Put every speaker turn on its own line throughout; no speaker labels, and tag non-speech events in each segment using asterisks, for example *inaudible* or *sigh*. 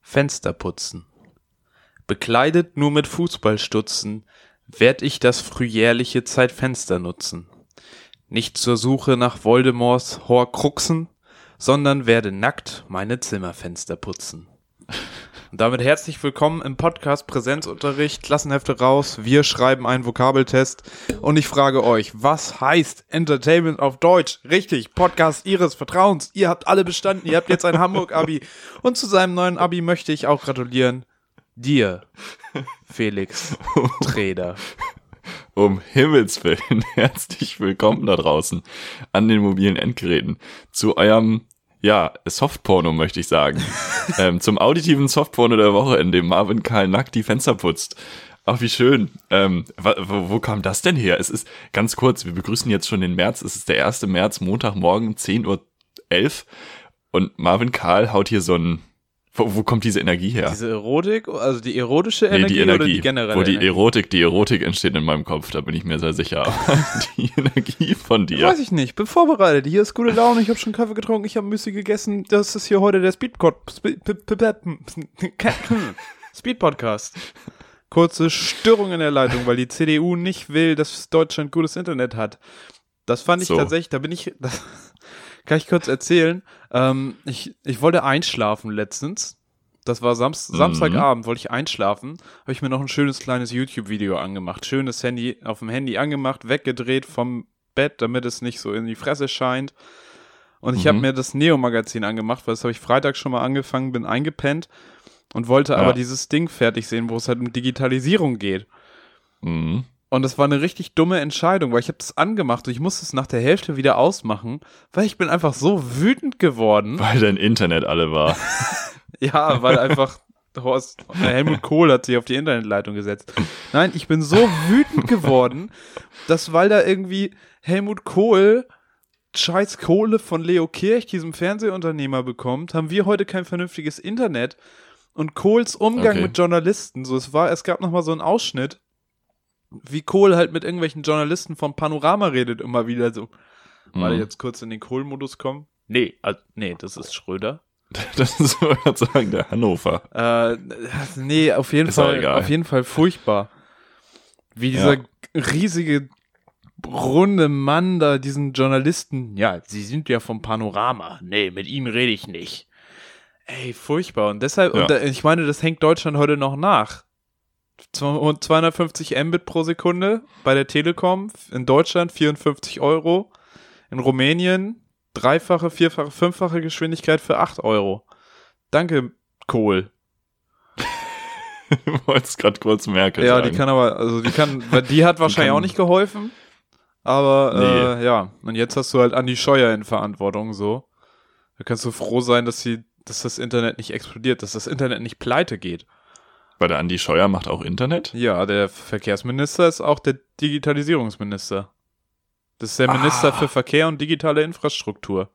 Fenster putzen. Bekleidet nur mit Fußballstutzen, werd ich das frühjährliche Zeitfenster nutzen. Nicht zur Suche nach Voldemorts Horcruxen, sondern werde nackt meine Zimmerfenster putzen. Und damit herzlich willkommen im Podcast Präsenzunterricht, Klassenhefte raus, wir schreiben einen Vokabeltest und ich frage euch, was heißt Entertainment auf Deutsch? Richtig, Podcast Ihres Vertrauens, ihr habt alle bestanden, ihr habt jetzt ein Hamburg-Abi und zu seinem neuen Abi möchte ich auch gratulieren, dir,
*laughs*
Felix Treder.
Um Himmels Willen, *laughs* herzlich willkommen da draußen an den mobilen Endgeräten zu eurem, ja, Softporno möchte ich sagen. ähm, zum auditiven Softporno der Woche, in dem Marvin Karl nackt die Fenster putzt. Ach, wie schön. Ähm, wa- wo, wo kam das denn her? Es ist ganz kurz, wir begrüßen jetzt schon den März. Es ist der 1. März, Montagmorgen, 10.11 Uhr. Und Marvin Karl haut hier so ein... Wo, wo kommt diese Energie her?
Diese Erotik, also die erotische
Nee,
Energie,
die Energie,
oder die generelle
wo die
Energie?
Erotik, die Erotik entsteht in meinem Kopf, da bin ich mir sehr sicher. *laughs* Aber die Energie von dir.
Weiß ich nicht. Bin vorbereitet. Hier ist gute Laune. Ich habe schon Kaffee getrunken. Ich habe Müsli gegessen. Das ist hier heute der Speedpod Spe- P- P- P- Speed Podcast. Kurze Störung in der Leitung, weil die CDU nicht will, dass Deutschland gutes Internet hat. Das fand ich
So.
tatsächlich, da bin ich, *laughs* das kann ich kurz erzählen. Ähm, ich, ich wollte einschlafen letztens. Das war Samst Samstagabend, wollte ich einschlafen, habe ich mir noch ein schönes kleines YouTube-Video angemacht. Schönes Handy auf dem Handy angemacht, weggedreht vom Bett, damit es nicht so in die Fresse scheint. Und ich habe
Mhm.
mir das Neo-Magazin angemacht, weil das habe ich Freitag schon mal angefangen, bin eingepennt und wollte
Ja.
aber dieses Ding fertig sehen, wo es halt um Digitalisierung geht.
Mhm.
Und das war eine richtig dumme Entscheidung, weil ich habe das angemacht und ich musste es nach der Hälfte wieder ausmachen, weil ich bin einfach so wütend geworden.
Weil dein Internet
*laughs*
alle war.
Ja, weil einfach Horst, äh, Helmut Kohl hat sich auf die Internetleitung gesetzt. Nein, ich bin so wütend geworden, dass weil da irgendwie Helmut Kohl scheiß Kohle von Leo Kirch, diesem Fernsehunternehmer, bekommt, haben wir heute kein vernünftiges Internet. Und Kohls Umgang
Okay.
mit Journalisten, so es war, es gab nochmal so einen Ausschnitt, wie Kohl halt mit irgendwelchen Journalisten vom Panorama redet, immer wieder so. Mal
Mhm.
jetzt kurz in den Kohl-Modus kommen. Nee, also, nee, das ist Schröder.
Das ist, *laughs* wollte ich grad sagen, der Hannover.
Äh, nee, auf jeden
Ist auch
Fall,
egal.
auf jeden Fall furchtbar. Wie dieser
Ja.
riesige runde Mann da diesen Journalisten, ja, sie sind ja vom Panorama. Nee, mit ihnen rede ich nicht. Ey, furchtbar. Und deshalb,
Ja.
und da, ich meine, das hängt Deutschland heute noch nach. Zwe- und 250 Mbit pro Sekunde bei der Telekom, in Deutschland 54 Euro, in Rumänien dreifache, vierfache, fünffache Geschwindigkeit für 8 Euro. Danke, Kohl.
Ich wollte es gerade kurz merken.
Ja,
sagen.
die kann aber, also die kann, weil die hat wahrscheinlich
kann-
auch nicht geholfen. Aber äh, ja, und jetzt hast du halt Andi Scheuer in Verantwortung so. Da kannst du froh sein, dass sie, dass das Internet nicht explodiert, dass das Internet nicht pleite geht.
Weil der Andi Scheuer macht auch Internet?
Ja, der Verkehrsminister ist auch der Digitalisierungsminister. Das ist der
Ah.
Minister für Verkehr und digitale Infrastruktur.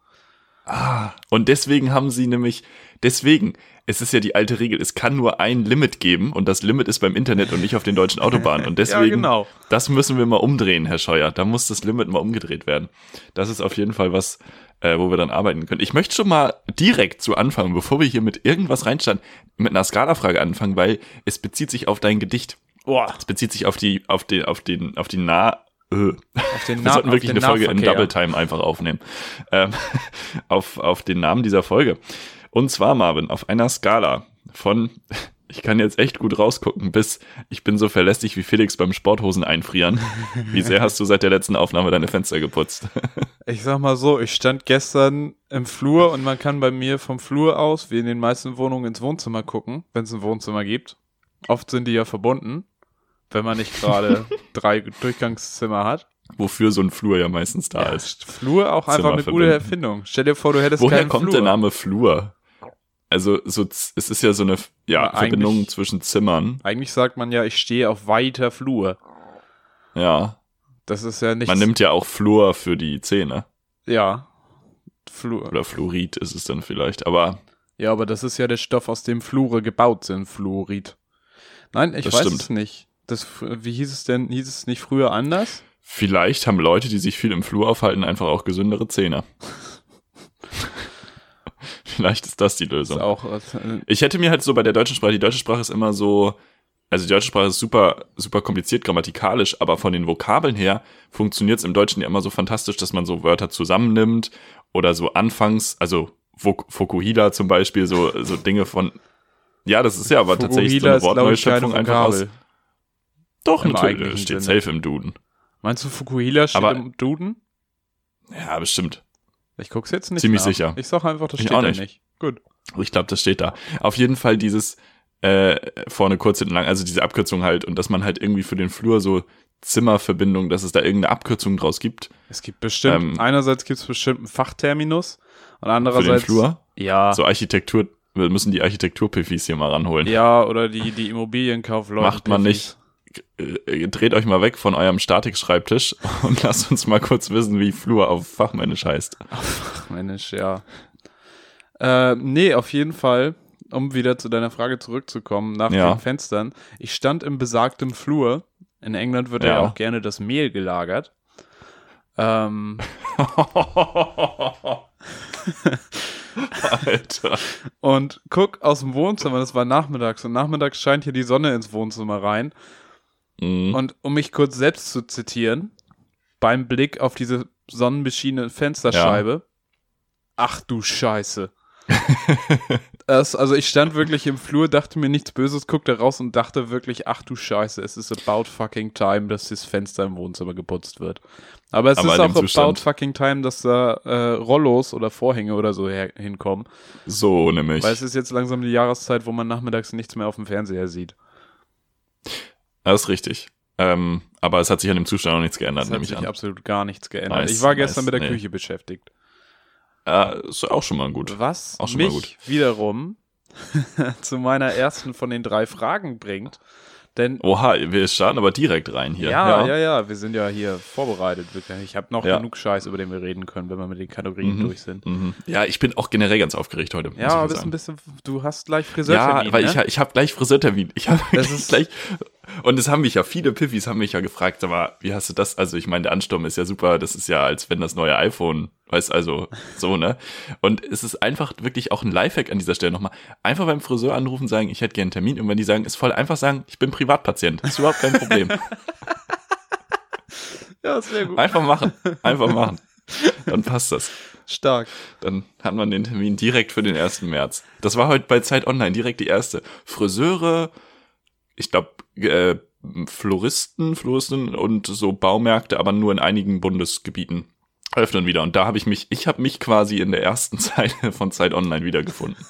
Ah. Und deswegen haben sie nämlich, deswegen, es ist ja die alte Regel, es kann nur ein Limit geben und das Limit ist beim Internet und nicht auf den deutschen Autobahnen. Und
*laughs*
deswegen
ja, genau.
Das müssen wir mal umdrehen, Herr Scheuer. Da muss das Limit mal umgedreht werden. Das ist auf jeden Fall was, äh, wo wir dann arbeiten können. Ich möchte schon mal direkt zu Anfang, bevor wir hier mit irgendwas reinstarten, mit einer Skalafrage anfangen, weil es bezieht sich auf dein Gedicht.
Boah,
Es bezieht sich auf die, auf den, auf den, auf die nah, äh,
auf den,
wir
Na
sollten
auf
wirklich
den
eine Folge in
Nahverkehr.
Double Time einfach aufnehmen. Ähm, *laughs* auf, auf den Namen dieser Folge. Und zwar, Marvin, auf einer Skala von, *laughs* ich kann jetzt echt gut rausgucken, bis ich bin so verlässlich wie Felix beim
*laughs*
Sporthosen einfrieren. Wie sehr hast du seit der letzten Aufnahme deine Fenster geputzt? *laughs*
Ich sag mal so, ich stand gestern im Flur und man kann bei mir vom Flur aus, wie in den meisten Wohnungen, ins Wohnzimmer gucken, wenn es ein Wohnzimmer gibt. Oft sind die ja verbunden, wenn man nicht
*laughs*
gerade drei Durchgangszimmer hat.
Wofür so ein Flur ja meistens da
Ja,
ist.
Flur auch einfach
Zimmer
eine
verbinden.
gute Erfindung. Stell dir vor, du hättest
Woher
keinen
kommt
Flur.
der Name Flur? Also, so, z- es ist ja so eine,
Na,
ja,
eigentlich-
Verbindung zwischen Zimmern.
Eigentlich sagt man ja, ich stehe auf weiter Flur.
Ja.
Das ist ja nichts.
Man nimmt ja auch Flur für die Zähne.
ja. Flur.
Oder Fluorid ist es dann vielleicht, aber
Ja, aber das ist ja der Stoff, aus dem Flure gebaut sind, Fluorid. Nein, ich
Das
weiß
stimmt.
es nicht. Das, wie hieß es denn? Hieß es nicht früher anders?
Vielleicht haben Leute, die sich viel im Flur aufhalten, einfach auch gesündere Zähne. Vielleicht ist das die Lösung.
Ist auch, äh,
Ich hätte mir halt so bei der deutschen Sprache, die deutsche Sprache ist immer so, also die deutsche Sprache ist super, super kompliziert grammatikalisch, aber von den Vokabeln her funktioniert es im Deutschen ja immer so fantastisch, dass man so Wörter zusammennimmt oder so anfangs, also Vok- Fokuhila zum Beispiel, so, so Dinge von, ja, das ist ja aber tatsächlich so
Furuhila
eine
ist, glaub ich, keine
Wortneuschöpfung einfach aus.
Vokabel.
Doch,
Im eigentlichen
natürlich, steht
Sinne.
safe im Duden.
Meinst du, Fukuhila steht
Aber-
im Duden?
Ja, bestimmt.
Ich guck's jetzt nicht
Ziemlich
nach.
sicher.
Ich sag einfach, das
Ich
steht
auch
da
nicht.
nicht. Gut.
Ich glaube, das steht da. Auf jeden Fall dieses äh, vorne kurz hinten lang, also diese Abkürzung halt und dass man halt irgendwie für den Flur so Zimmerverbindung, dass es da irgendeine Abkürzung draus gibt
Es gibt bestimmt,
Ähm,
einerseits gibt's bestimmt einen Fachterminus und
für den
andererseits. Ah.
Flur.
Ja.
So Architektur, wir müssen die Architektur-PVs hier mal ranholen.
Ja, oder die, die Immobilienkaufleute.
Macht man
Piffis.
Äh, Dreht euch mal weg von eurem Statikschreibtisch *laughs* und lasst uns mal kurz wissen, wie Flur auf
*laughs*
Fachmännisch heißt.
Ach, Mensch, ja. Äh, nee, auf jeden Fall, um wieder zu deiner Frage zurückzukommen, nach
Ja.
den Fenstern. Ich stand im besagten Flur. In England wird ja,
Ja.
auch gerne das Mehl gelagert. Ähm,
Alter.
und guck aus dem Wohnzimmer, das war nachmittags. Und nachmittags scheint hier die Sonne ins Wohnzimmer rein.
Mhm.
Und um mich kurz selbst zu zitieren, beim Blick auf diese sonnenbeschienene Fensterscheibe, ach du Scheiße. *laughs* das, also ich stand wirklich im Flur, dachte mir nichts Böses, guckte raus und dachte wirklich, ach du Scheiße, es ist about fucking time, dass das Fenster im Wohnzimmer geputzt wird. Aber es
Aber
ist
in
auch
dem
about
Zustand.
fucking time, dass da äh, Rollos oder Vorhänge oder so her hinkommen,
So nämlich.
weil es ist jetzt langsam die Jahreszeit, wo man nachmittags nichts mehr auf dem Fernseher sieht.
Das ist richtig. Ähm, aber es hat sich an dem Zustand noch nichts geändert,
Das
nehme
hat
ich
sich
an.
absolut gar nichts geändert.
Nice,
ich war gestern
nice,
mit der
nee.
Küche beschäftigt.
Äh, ist auch schon mal gut.
Was
Auch schon mal
mich wiederum *laughs* zu meiner ersten von den drei Fragen bringt. Denn
Oha, wir starten aber direkt rein Oh, hier.
ja, ja, ja, wir sind ja hier vorbereitet. wirklich. Ich habe noch
Ja.
genug Scheiß, über den wir reden können, wenn wir mit den Kategorien
Mhm.
durch sind.
Mhm. ja, ich bin auch generell ganz aufgeregt heute. muss ich
Ja,
mal
du bist ein bisschen,
sagen.
du hast gleich Friseurtermin.
Ja, weil
ne?
ich, halt- ich habe gleich Friseurtermin. Ich habe
Das ist-
gleich. Und es haben mich ja viele Piffis haben mich ja gefragt, sag mal, wie hast du das? Also ich meine, der Ansturm ist ja super. Das ist ja, als wenn das neue iPhone, weißt also so ne. Und es ist einfach wirklich auch ein Lifehack an dieser Stelle nochmal. Einfach beim Friseur anrufen, sagen, ich hätte gerne einen Termin. Und wenn die sagen, ist voll einfach sagen, ich bin Privatpatient, ist überhaupt kein Problem.
ja, sehr gut.
Einfach machen, einfach machen. Dann passt das.
Stark.
Dann hat man den Termin direkt für den 1. März. Das war heute bei Zeit Online direkt die erste. Friseure, ich glaube, äh, Floristen, Floristen und so Baumärkte, aber nur in einigen Bundesgebieten öffnen wieder. Und da habe ich mich, ich habe mich quasi in der ersten *laughs* Zeile von Zeit Online wiedergefunden.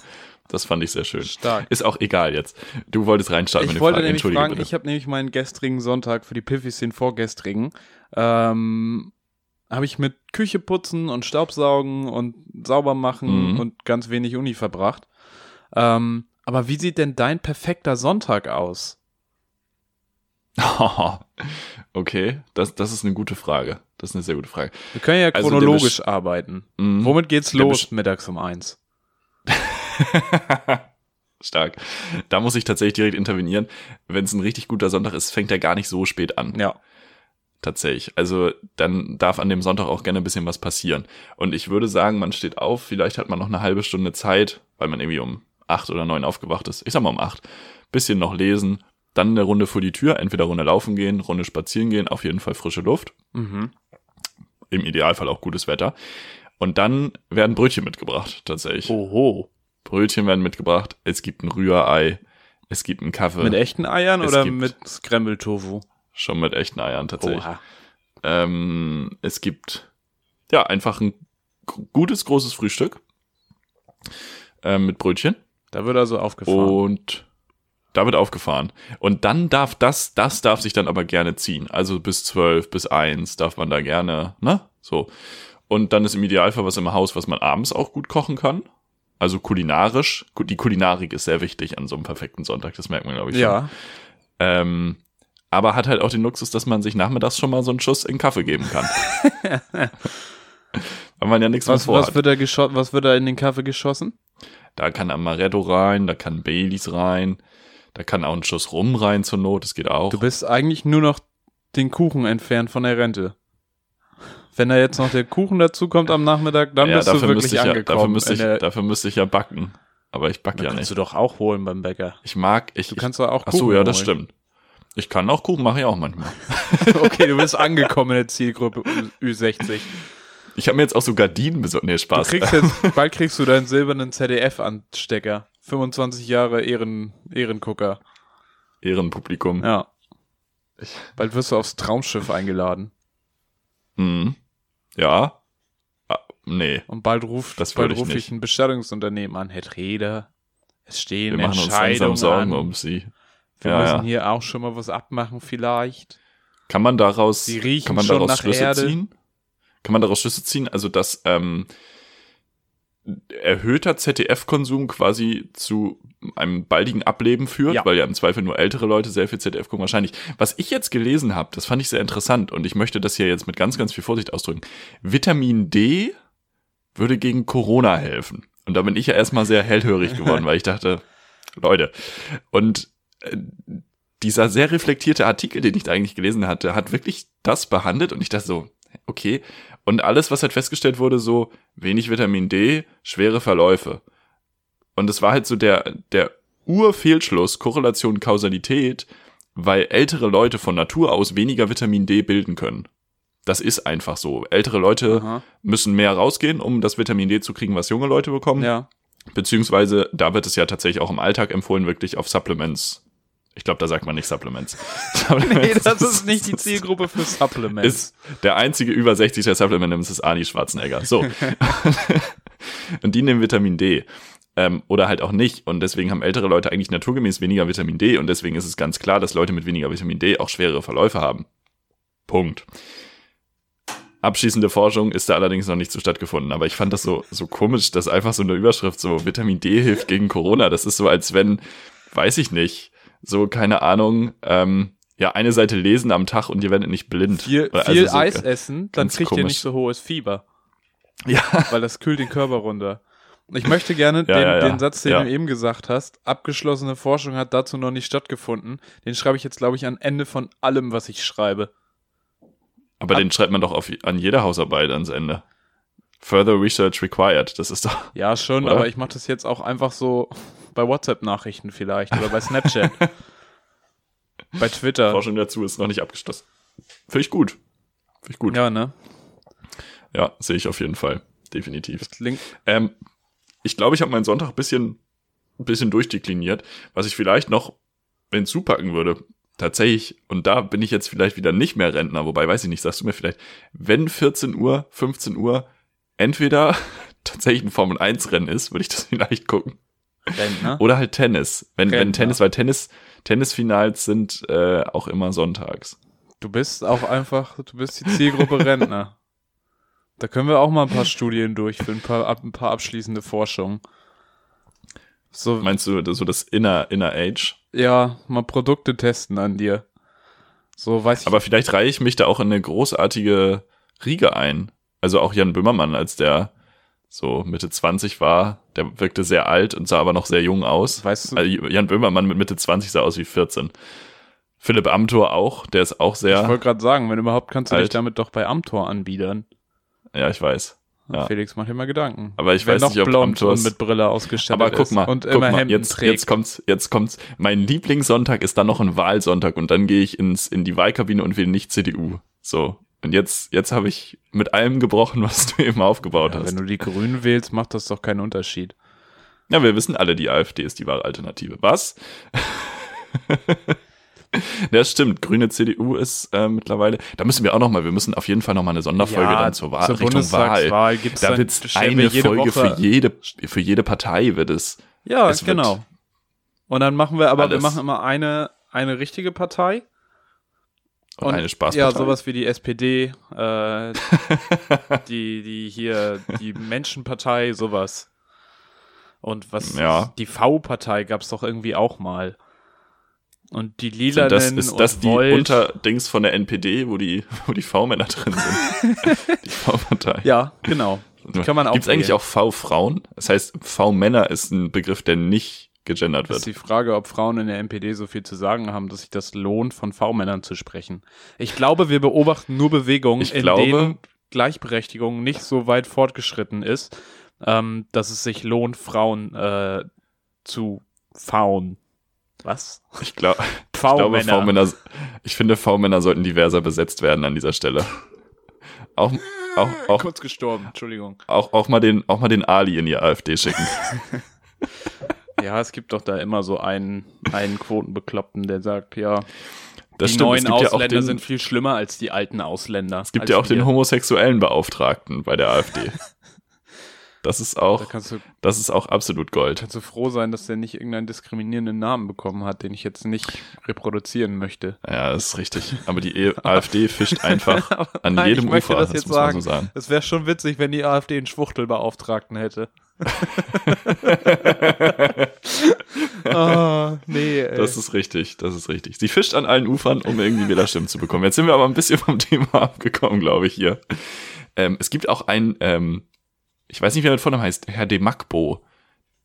Das fand ich sehr schön.
Stark.
Ist auch egal jetzt. Du wolltest reinstarten
Ich
mit
wollte
den Fragen.
nämlich
Entschuldige
fragen,
bitte.
ich habe nämlich meinen gestrigen Sonntag für die Piffis den vorgestrigen, ähm, habe ich mit Küche putzen und Staubsaugen und sauber machen
Mhm.
und ganz wenig Uni verbracht. Ähm, aber wie sieht denn dein perfekter Sonntag aus?
*laughs* okay, das, das ist eine gute Frage. Das ist eine sehr gute Frage.
Wir können ja
Also der
chronologisch arbeiten.
Mhm.
Womit geht's
Der
los
Besch-
mittags um eins?
Stark. Da muss ich tatsächlich direkt intervenieren. Wenn es ein richtig guter Sonntag ist, fängt er gar nicht so spät an.
Ja.
Tatsächlich. Also dann darf an dem Sonntag auch gerne ein bisschen was passieren. Und ich würde sagen, man steht auf, vielleicht hat man noch eine halbe Stunde Zeit, weil man irgendwie um acht oder neun aufgewacht ist. Ich sag mal um acht. Bisschen noch lesen, dann eine Runde vor die Tür, entweder Runde laufen gehen, Runde spazieren gehen, auf jeden Fall frische Luft
Mhm.
im Idealfall auch gutes Wetter. Und dann werden Brötchen mitgebracht, tatsächlich.
Oh. Oho.
Brötchen werden mitgebracht, es gibt ein Rührei, es gibt einen Kaffee.
Mit echten Eiern
Äh, Es
oder
gibt-
mit Scramble Tofu?
schon mit echten Eiern, tatsächlich. Ähm, es gibt, ja, einfach ein g- gutes, großes Frühstück ähm, mit Brötchen.
Da wird also aufgefahren.
Und da wird aufgefahren. Und dann darf das, das darf sich dann aber gerne ziehen. Also bis zwölf, bis eins darf man da gerne, ne? So. Und dann ist im Idealfall was im Haus, was man abends auch gut kochen kann. Also kulinarisch. Ku- Die Kulinarik ist sehr wichtig an so einem perfekten Sonntag, das merkt man, glaube ich. schon.
ja.
Ähm, aber hat halt auch den Luxus, dass man sich nachmittags schon mal so einen Schuss in den Kaffee geben kann.
*laughs*
Weil man ja nichts mehr
Was,
vorhat.
was, wird da gescho- was wird da in den Kaffee geschossen?
Da kann Amaretto rein, da kann Baileys rein, da kann auch ein Schuss Rum rein zur Not, das geht auch.
Du bist eigentlich nur noch den Kuchen entfernt von der Rente. Wenn da jetzt noch der Kuchen dazu kommt am Nachmittag, dann bist du wirklich
müsste ich ja,
angekommen.
dafür müsste ich,
In der-
dafür müsste ich ja backen. Aber ich backe ja
kannst
nicht.
du doch auch holen beim Bäcker.
Ich mag, ich,
Du kannst doch auch
ich, ach
Kuchen
so, ja, das
holen.
stimmt. Ich kann auch Kuchen, mache ich auch manchmal.
*laughs* Okay, du bist angekommen in der Zielgruppe Ü- Ü60.
Ich habe mir jetzt auch so Gardinen besorgt. Nee,
Du
Spaß.
kriegst jetzt, bald kriegst du deinen silbernen ZDF-Anstecker. 25 Jahre Ehren, Ehrengucker.
Ehrenpublikum.
Ja. Bald wirst du aufs Traumschiff eingeladen.
Mhm. Ja. Ah, nee.
Und bald ruft,
Das
bald
würde ich
rufe ich
nicht.
ein Bestattungsunternehmen an. Herr Treder, es stehen
Wir machen uns langsam
Entscheidungen
Sorgen
an.
um sie.
Wir
Ja,
müssen
ja.
hier auch schon mal was abmachen vielleicht.
Kann man daraus,
Die riechen
kann man
schon
daraus
nach
Schlüsse
Erde.
ziehen? Kann man daraus Schlüsse ziehen? Also, dass ähm, erhöhter ZDF-Konsum quasi zu einem baldigen Ableben führt,
Ja.
weil ja im Zweifel nur ältere Leute sehr viel ZDF gucken, wahrscheinlich. Was ich jetzt gelesen habe, das fand ich sehr interessant und ich möchte das hier jetzt mit ganz, ganz viel Vorsicht ausdrücken. Vitamin D würde gegen Corona helfen. Und da bin ich ja erstmal sehr hellhörig
*laughs*
geworden, weil ich dachte, Leute. Und äh, dieser sehr reflektierte Artikel, den ich da eigentlich gelesen hatte, hat wirklich das behandelt und ich dachte so, okay. Und alles, was halt festgestellt wurde, so wenig Vitamin D, schwere Verläufe. Und es war halt so der, der Urfehlschluss, Korrelation, Kausalität, weil ältere Leute von Natur aus weniger Vitamin D bilden können. Das ist einfach so. Ältere Leute
Aha.
müssen mehr rausgehen, um das Vitamin D zu kriegen, was junge Leute bekommen. *laughs*
Ja.
Beziehungsweise, da wird es ja tatsächlich auch im Alltag empfohlen, wirklich auf Supplements. Ich glaube, da sagt man nicht Supplements.
*laughs* Nee,
Supplements
das ist nicht die Zielgruppe für Supplements.
*laughs* Ist der einzige über 60 der Supplement nimmt, ist Arnie Schwarzenegger.
*laughs*
So. Und die nehmen Vitamin D. Ähm, oder halt auch nicht. Und deswegen haben ältere Leute eigentlich naturgemäß weniger Vitamin D. Und deswegen ist es ganz klar, dass Leute mit weniger Vitamin D auch schwerere Verläufe haben. Punkt. Abschließende Forschung ist da allerdings noch nicht so stattgefunden. Aber ich fand das so, so komisch, dass einfach so eine Überschrift so Vitamin D hilft gegen Corona. Das ist so, als wenn, weiß ich nicht, so keine Ahnung, ähm, ja, eine Seite lesen am Tag und ihr werdet nicht blind.
viel
Also
viel
so-
Eis essen, dann
ganz
kriegt ihr
komisch.
nicht so hohes Fieber,
Ja,
weil das kühlt den Körper runter. Und ich möchte gerne
*laughs* Ja,
den,
ja, ja.
den Satz, den
Ja.
du eben gesagt hast, abgeschlossene Forschung hat dazu noch nicht stattgefunden. Den schreibe ich jetzt, glaube ich, am Ende von allem, was ich schreibe.
aber den schreibt man doch auf, an jeder Hausarbeit ans Ende. Further research required. Das ist doch.
Ja, schon,
Oder?
aber ich mache das jetzt auch einfach so bei WhatsApp-Nachrichten vielleicht oder bei
*laughs*
Snapchat. bei Twitter.
Forschung dazu ist noch nicht abgeschlossen. Finde ich gut. Finde ich gut. Ja,
Ja, ne?
sehe ich auf jeden Fall. Definitiv.
Klingt,
Ähm, ich glaube, ich habe meinen Sonntag ein bisschen, ein bisschen durchdekliniert, was ich vielleicht noch hinzupacken würde. Tatsächlich, und da bin ich jetzt vielleicht wieder nicht mehr Rentner, wobei weiß ich nicht, sagst du mir vielleicht, wenn 14 Uhr, 15 Uhr entweder *laughs* tatsächlich ein Formel-1-Rennen ist, würde ich das *laughs* vielleicht gucken.
Rentner.
Oder halt Tennis. Wenn, wenn
Rentner.
Tennis, weil Tennis, Tennisfinals sind äh, auch immer sonntags.
Du bist auch einfach, du bist die Zielgruppe Rentner. Da können wir auch mal ein paar Studien durchführen, ein paar, ab- ein paar abschließende Forschungen. So,
Meinst du das- so das Inner, Inner Age?
ja, mal Produkte testen an dir. So, weiß ich.
Aber vielleicht reihe ich mich da auch in eine großartige Riege ein. Also auch Jan Böhmermann, als der so Mitte 20 war, der wirkte sehr alt und sah aber noch sehr jung aus.
weißt du,
Also Jan Böhmermann mit Mitte 20 sah aus wie 14. Philipp Amthor auch, der ist auch
ich
sehr,
wollte gerade sagen, wenn überhaupt, kannst du dich
Alt.
damit doch bei Amtor anbiedern.
ja, ich weiß. Ja.
Felix, mach dir mal Gedanken.
Aber ich
Wer
weiß
noch
nicht, ob
blond
Amthor
und
ist-
mit Brille ausgestattet
Aber guck
ist
mal,
und
guck
immer
mal
Hemden
jetzt,
trägt.
jetzt kommt's, jetzt kommt's. Mein Lieblingssonntag ist dann noch ein Wahlsonntag und dann gehe ich ins in die Wahlkabine und wähle nicht CDU. So und jetzt jetzt habe ich mit allem gebrochen, was du eben aufgebaut
ja,
hast.
wenn du die Grünen wählst, macht das doch keinen Unterschied.
Ja, wir wissen alle, die AfD ist die wahre Alternative. Was? *laughs* Das stimmt. Grüne CDU ist äh, mittlerweile. Da müssen wir auch noch mal. Wir müssen auf jeden Fall noch mal eine Sonderfolge dann zur Wahl Richtung Wahl.
Bundestagswahl gibt's
Da
dann-
wird's
stellen
eine
wir jede
Folge
Woche-
für jede für jede Partei wird es.
Ja,
Es wird
genau. Und dann machen wir aber, wir
alles.
machen immer eine, eine richtige Partei.
Und, eine Spaßpartei.
Ja, sowas wie die SPD, äh, die, die hier, die Menschenpartei, sowas. Und was,
Ja.
die V-Partei gab's doch irgendwie auch mal. Und die
Sind
Lilanen
das, ist
und
das die
Volt.
Unterdings von der NPD, wo die, *laughs* wo die V-Männer drin sind?
*laughs*
die V-Partei.
Ja, genau. Die kann man auch
Gibt es eigentlich
wählen.
auch V-Frauen? Das heißt, V-Männer ist ein Begriff, der nicht gegendert
Das ist
wird.
die Frage, ob Frauen in der NPD so viel zu sagen haben, dass sich das lohnt, von V-Männern zu sprechen. Ich glaube, wir beobachten nur Bewegungen,
Ich
in
glaube,
denen Gleichberechtigung nicht so weit fortgeschritten ist, ähm, dass es sich lohnt, Frauen äh, zu faun. Was?
Ich, glaub, ich glaube, V-Männer, ich finde, V-Männer sollten diverser besetzt werden an dieser Stelle. Auch, auch, auch,
Kurz gestorben, Entschuldigung.
auch, auch, mal, den, auch mal den Ali in die AfD schicken.
Ja, es gibt doch da immer so einen, einen Quotenbekloppten, der sagt, ja,
Das
die
stimmt, es
neuen
gibt ja auch
Ausländer
den,
sind viel schlimmer als die alten Ausländer. Also
es gibt ja auch den homosexuellen Beauftragten bei der
*laughs*
AfD. Das ist
Da
auch,
kannst du,
das ist auch absolut Gold.
kannst du Also froh sein, dass der nicht irgendeinen diskriminierenden Namen bekommen hat, den ich jetzt nicht reproduzieren möchte.
Ja, das ist richtig. Aber die E-
*laughs*
AfD fischt einfach an
Nein,
jedem
ich möchte
Ufer,
das jetzt
muss man so
sagen.
sagen.
Es wäre schon witzig, wenn die AfD einen Schwuchtelbeauftragten *laughs* hätte. oh, nee, ey.
Das ist richtig, das ist richtig. Sie fischt an allen Ufern, um irgendwie Wählerstimmen zu bekommen. Jetzt sind wir aber ein bisschen vom *laughs* Thema abgekommen, glaube ich, hier. Ähm, es gibt auch einen, ähm, ich weiß nicht, wie er mit Vornamen heißt, Herr de Macbo.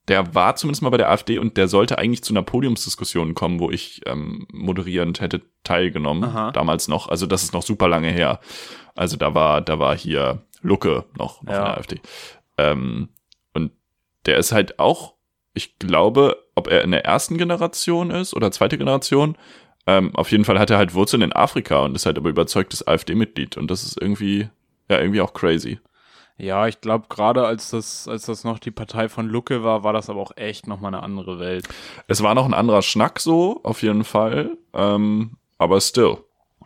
Der war zumindest mal bei der AfD und der sollte eigentlich zu einer Podiumsdiskussion kommen, wo ich ähm, moderierend hätte teilgenommen,
Aha.
damals noch. Also das ist noch super lange her. Also da war, da war hier Lucke noch, noch in
Ja.
der AfD. Ähm, und der ist halt auch, ich glaube, ob er in der ersten Generation ist oder zweite Generation, ähm, auf jeden Fall hat er halt Wurzeln in Afrika und ist halt aber überzeugtes AfD-Mitglied. Und das ist irgendwie, ja, irgendwie auch crazy.
ja, ich glaube, gerade als das, als das noch die Partei von Lucke war, war das aber auch echt nochmal eine andere Welt.
Es war noch ein anderer Schnack so, auf jeden Fall. Ähm, aber still,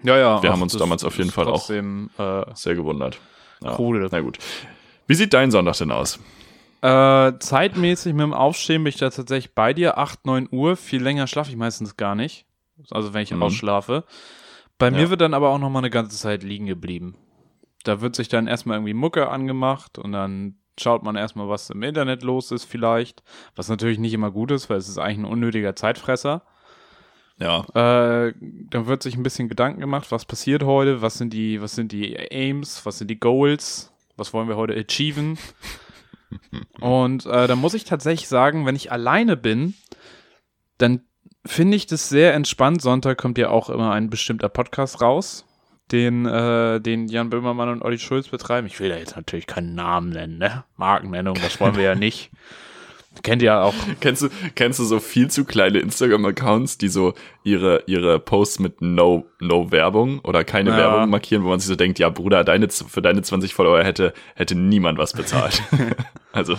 Ja, ja.
Wir
ach,
haben uns
das
damals auf jeden
ist
Fall auch-
trotzdem, äh, auch.
sehr gewundert. Ja,
Krude.
Na gut. Wie sieht dein Sonntag denn aus?
Äh, äh, zeitmäßig mit dem Aufstehen bin ich da tatsächlich bei dir. 8, 9 Uhr. Viel länger schlafe ich meistens gar nicht. Also wenn ich
Mhm.
ausschlafe. Bei
Ja.
mir wird dann aber auch nochmal eine ganze Zeit liegen geblieben. Da wird sich dann erstmal irgendwie Mucke angemacht und dann schaut man erstmal, was im Internet los ist vielleicht. Was natürlich nicht immer gut ist, weil es ist eigentlich ein unnötiger Zeitfresser.
Ja.
Äh, dann wird sich ein bisschen Gedanken gemacht, was passiert heute, was sind die, was sind die Aims, was sind die Goals, was wollen wir heute achieven. Und äh, da muss ich tatsächlich sagen, wenn ich alleine bin, dann finde ich das sehr entspannt. Sonntag kommt ja auch immer ein bestimmter Podcast raus, den, äh, den Jan Böhmermann und Olli Schulz betreiben. Ich will da jetzt natürlich keinen Namen nennen, ne? Markennennung, das wollen wir ja nicht. Kennt ihr ja auch.
Kennst du, kennst du so viel zu kleine Instagram-Accounts, die so ihre, ihre Posts mit No, No Werbung oder keine
Ja.
Werbung markieren, wo man sich so denkt, ja Bruder, deine, z- für deine 20 Follower hätte, hätte niemand was *laughs* bezahlt. also,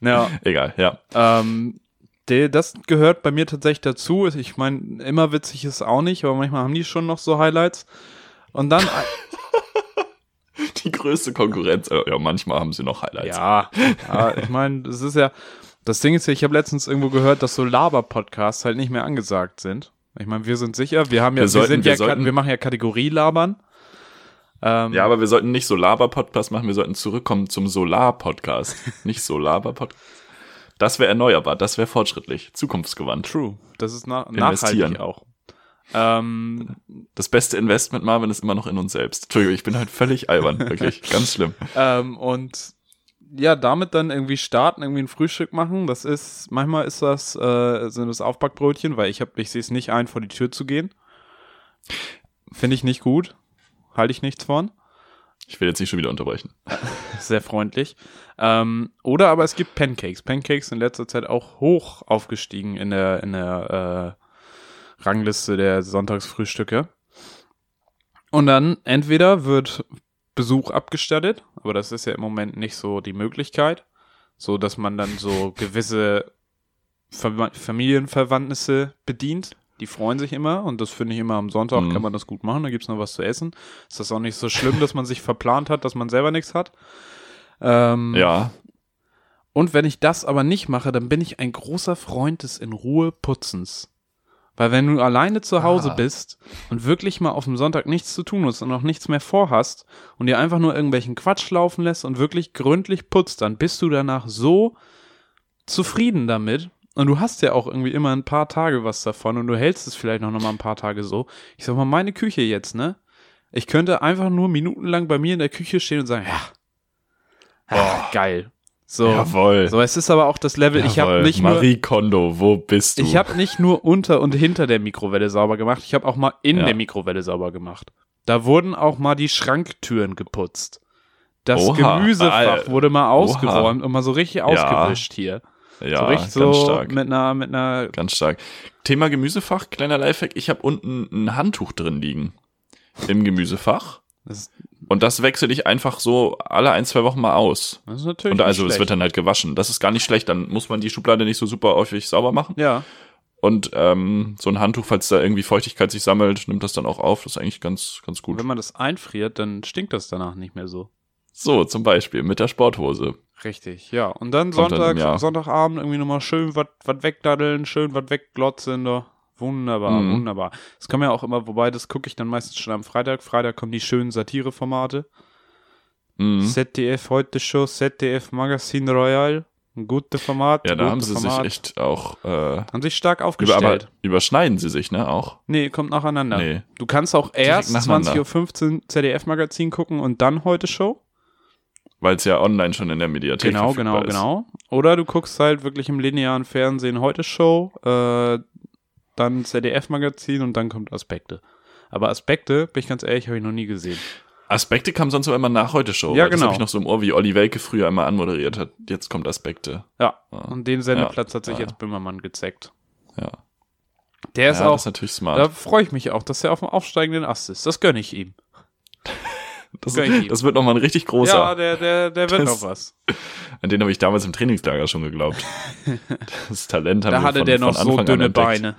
Ja.
egal, ja.
Ähm, de, das gehört bei mir tatsächlich dazu. Ich meine, immer witzig ist auch nicht, aber manchmal haben die schon noch so Highlights. Und
*laughs*
dann,
*laughs* Die größte Konkurrenz, äh, ja, manchmal haben sie noch Highlights.
ja, ja, ich meine, das ist ja, das Ding ist ja, ich habe letztens irgendwo gehört, dass so Laber-Podcasts halt nicht mehr angesagt sind. Ich meine, wir sind sicher, wir haben ja,
Wir
wir,
sollten-
sind
wir
ja,
sollten-
wir machen ja Kategorie Labern. Ähm,
Ja, aber wir sollten nicht Solar-Podcast machen, wir sollten zurückkommen zum Solar-Podcast. *laughs* nicht Solar-Podcast. Das wäre erneuerbar, das wäre fortschrittlich, zukunftsgewandt.
true. Das ist na
Investieren.
nachhaltig auch. Ähm,
Das beste Investment, Marvin, ist immer noch in uns selbst. Entschuldigung, ich bin halt völlig
*laughs*
albern, wirklich, ganz schlimm.
Ähm, und ja, damit dann irgendwie starten, irgendwie ein Frühstück machen. Das ist, manchmal ist das, äh, sind das Aufbackbrötchen, weil ich hab, ich sehe es nicht ein, vor die Tür zu gehen. Finde ich nicht gut. Halte ich nichts von.
Ich will jetzt nicht schon wieder unterbrechen.
*laughs* Sehr freundlich. Ähm, oder aber es gibt Pancakes. Pancakes in letzter Zeit auch hoch aufgestiegen in der, in der äh, Rangliste der Sonntagsfrühstücke. Und dann entweder wird Besuch abgestattet, aber das ist ja im Moment nicht so die Möglichkeit, so dass man dann so gewisse Verwa- Familienverwandtnisse bedient. Die freuen sich immer und das finde ich immer am Sonntag
Mhm.
kann man das gut machen, da gibt es noch was zu essen. Ist das auch nicht so schlimm, dass man sich verplant hat, dass man selber nichts hat? Ähm,
Ja,
Und wenn ich das aber nicht mache, dann bin ich ein großer Freund des in Ruhe Putzens. Weil wenn du alleine zu Hause
Ah.
bist und wirklich mal auf dem Sonntag nichts zu tun hast und auch nichts mehr vorhast und dir einfach nur irgendwelchen Quatsch laufen lässt und wirklich gründlich putzt, dann bist du danach so zufrieden damit. Und du hast ja auch irgendwie immer ein paar Tage was davon und du hältst es vielleicht noch noch mal ein paar Tage so. Ich sag mal, meine Küche jetzt, ne? Ich könnte einfach nur minutenlang bei mir in der Küche stehen und sagen, ja, ah, geil. So,
jawohl.
so, es ist aber auch das Level, ich habe
Jawohl.
nicht nur
Marie Kondo, wo bist du?
ich habe nicht nur unter und hinter der Mikrowelle sauber gemacht, ich habe auch mal in
Ja.
der Mikrowelle sauber gemacht. Da wurden auch mal die Schranktüren geputzt. Das
Oha,
Gemüsefach
Al-
wurde mal ausgeräumt und mal so richtig ausgewischt hier.
Ja,
so richtig
ganz
so
stark.
mit einer, mit einer,
Ganz stark. Thema Gemüsefach, kleiner Lifehack. Ich habe unten ein Handtuch drin liegen im Gemüsefach.
das ist,
Und das wechsle ich einfach so alle ein, zwei Wochen mal aus.
das ist natürlich
Und also
nicht
es wird
schlecht.
dann halt gewaschen. Das ist gar nicht schlecht. Dann muss man die Schublade nicht so super häufig sauber machen.
ja,
Und ähm, so ein Handtuch, falls da irgendwie Feuchtigkeit sich sammelt, nimmt das dann auch auf. Das ist eigentlich ganz, ganz gut.
wenn man das einfriert, dann stinkt das danach nicht mehr so.
So, zum Beispiel mit der Sporthose.
Richtig, ja. Und dann
Kommt dann im
Sonntag,
Jahr.
Sonntagabend irgendwie nochmal schön was wegdaddeln, schön was wegglotzen. Da. Wunderbar,
Mhm.
wunderbar. Das kann man ja auch immer, wobei das gucke ich dann meistens schon am Freitag. Freitag kommen die schönen Satireformate.
Mhm.
ZDF Heute Show, ZDF Magazin Royal. Ein gutes Format.
Ja, da
gute
haben sie sich
Format.
echt auch äh,
Haben sich stark
über, aber
aufgestellt.
überschneiden sie sich, ne? Auch.
nee, kommt nacheinander.
Nee.
Du kannst auch erst
nacheinander.
20.15 Uhr ZDF Magazin gucken und dann Heute Show.
Weil es ja online schon in der Mediathek
Genau, genau,
verfügbar ist.
genau. Oder du guckst halt wirklich im linearen Fernsehen heute Show, äh, dann ZDF-Magazin und dann kommt Aspekte. Aber Aspekte, bin ich ganz ehrlich, habe ich noch nie gesehen.
Aspekte kam sonst aber immer nach heute Show.
Ja,
weil Das
genau.
habe ich noch so im Ohr, wie Olli Welke früher einmal anmoderiert hat. Jetzt kommt Aspekte.
Ja,
Ja.
und den Sendeplatz hat sich
Ja.
jetzt Böhmermann gezeckt.
Ja,
Der ist
ja das
auch,
ist natürlich
da
smart.
freue ich mich auch, dass er auf dem aufsteigenden Ast ist. Das gönne ich ihm.
Das,
gönn ich ihm.
das wird nochmal ein richtig großer.
Ja, der, der, der wird
Das-
noch was.
An den habe ich damals im Trainingslager
*laughs*
schon geglaubt. Das Talent haben
Da
wir
hatte
von,
der noch
von
so
Anfang
dünne
an entdeckt.
Beine.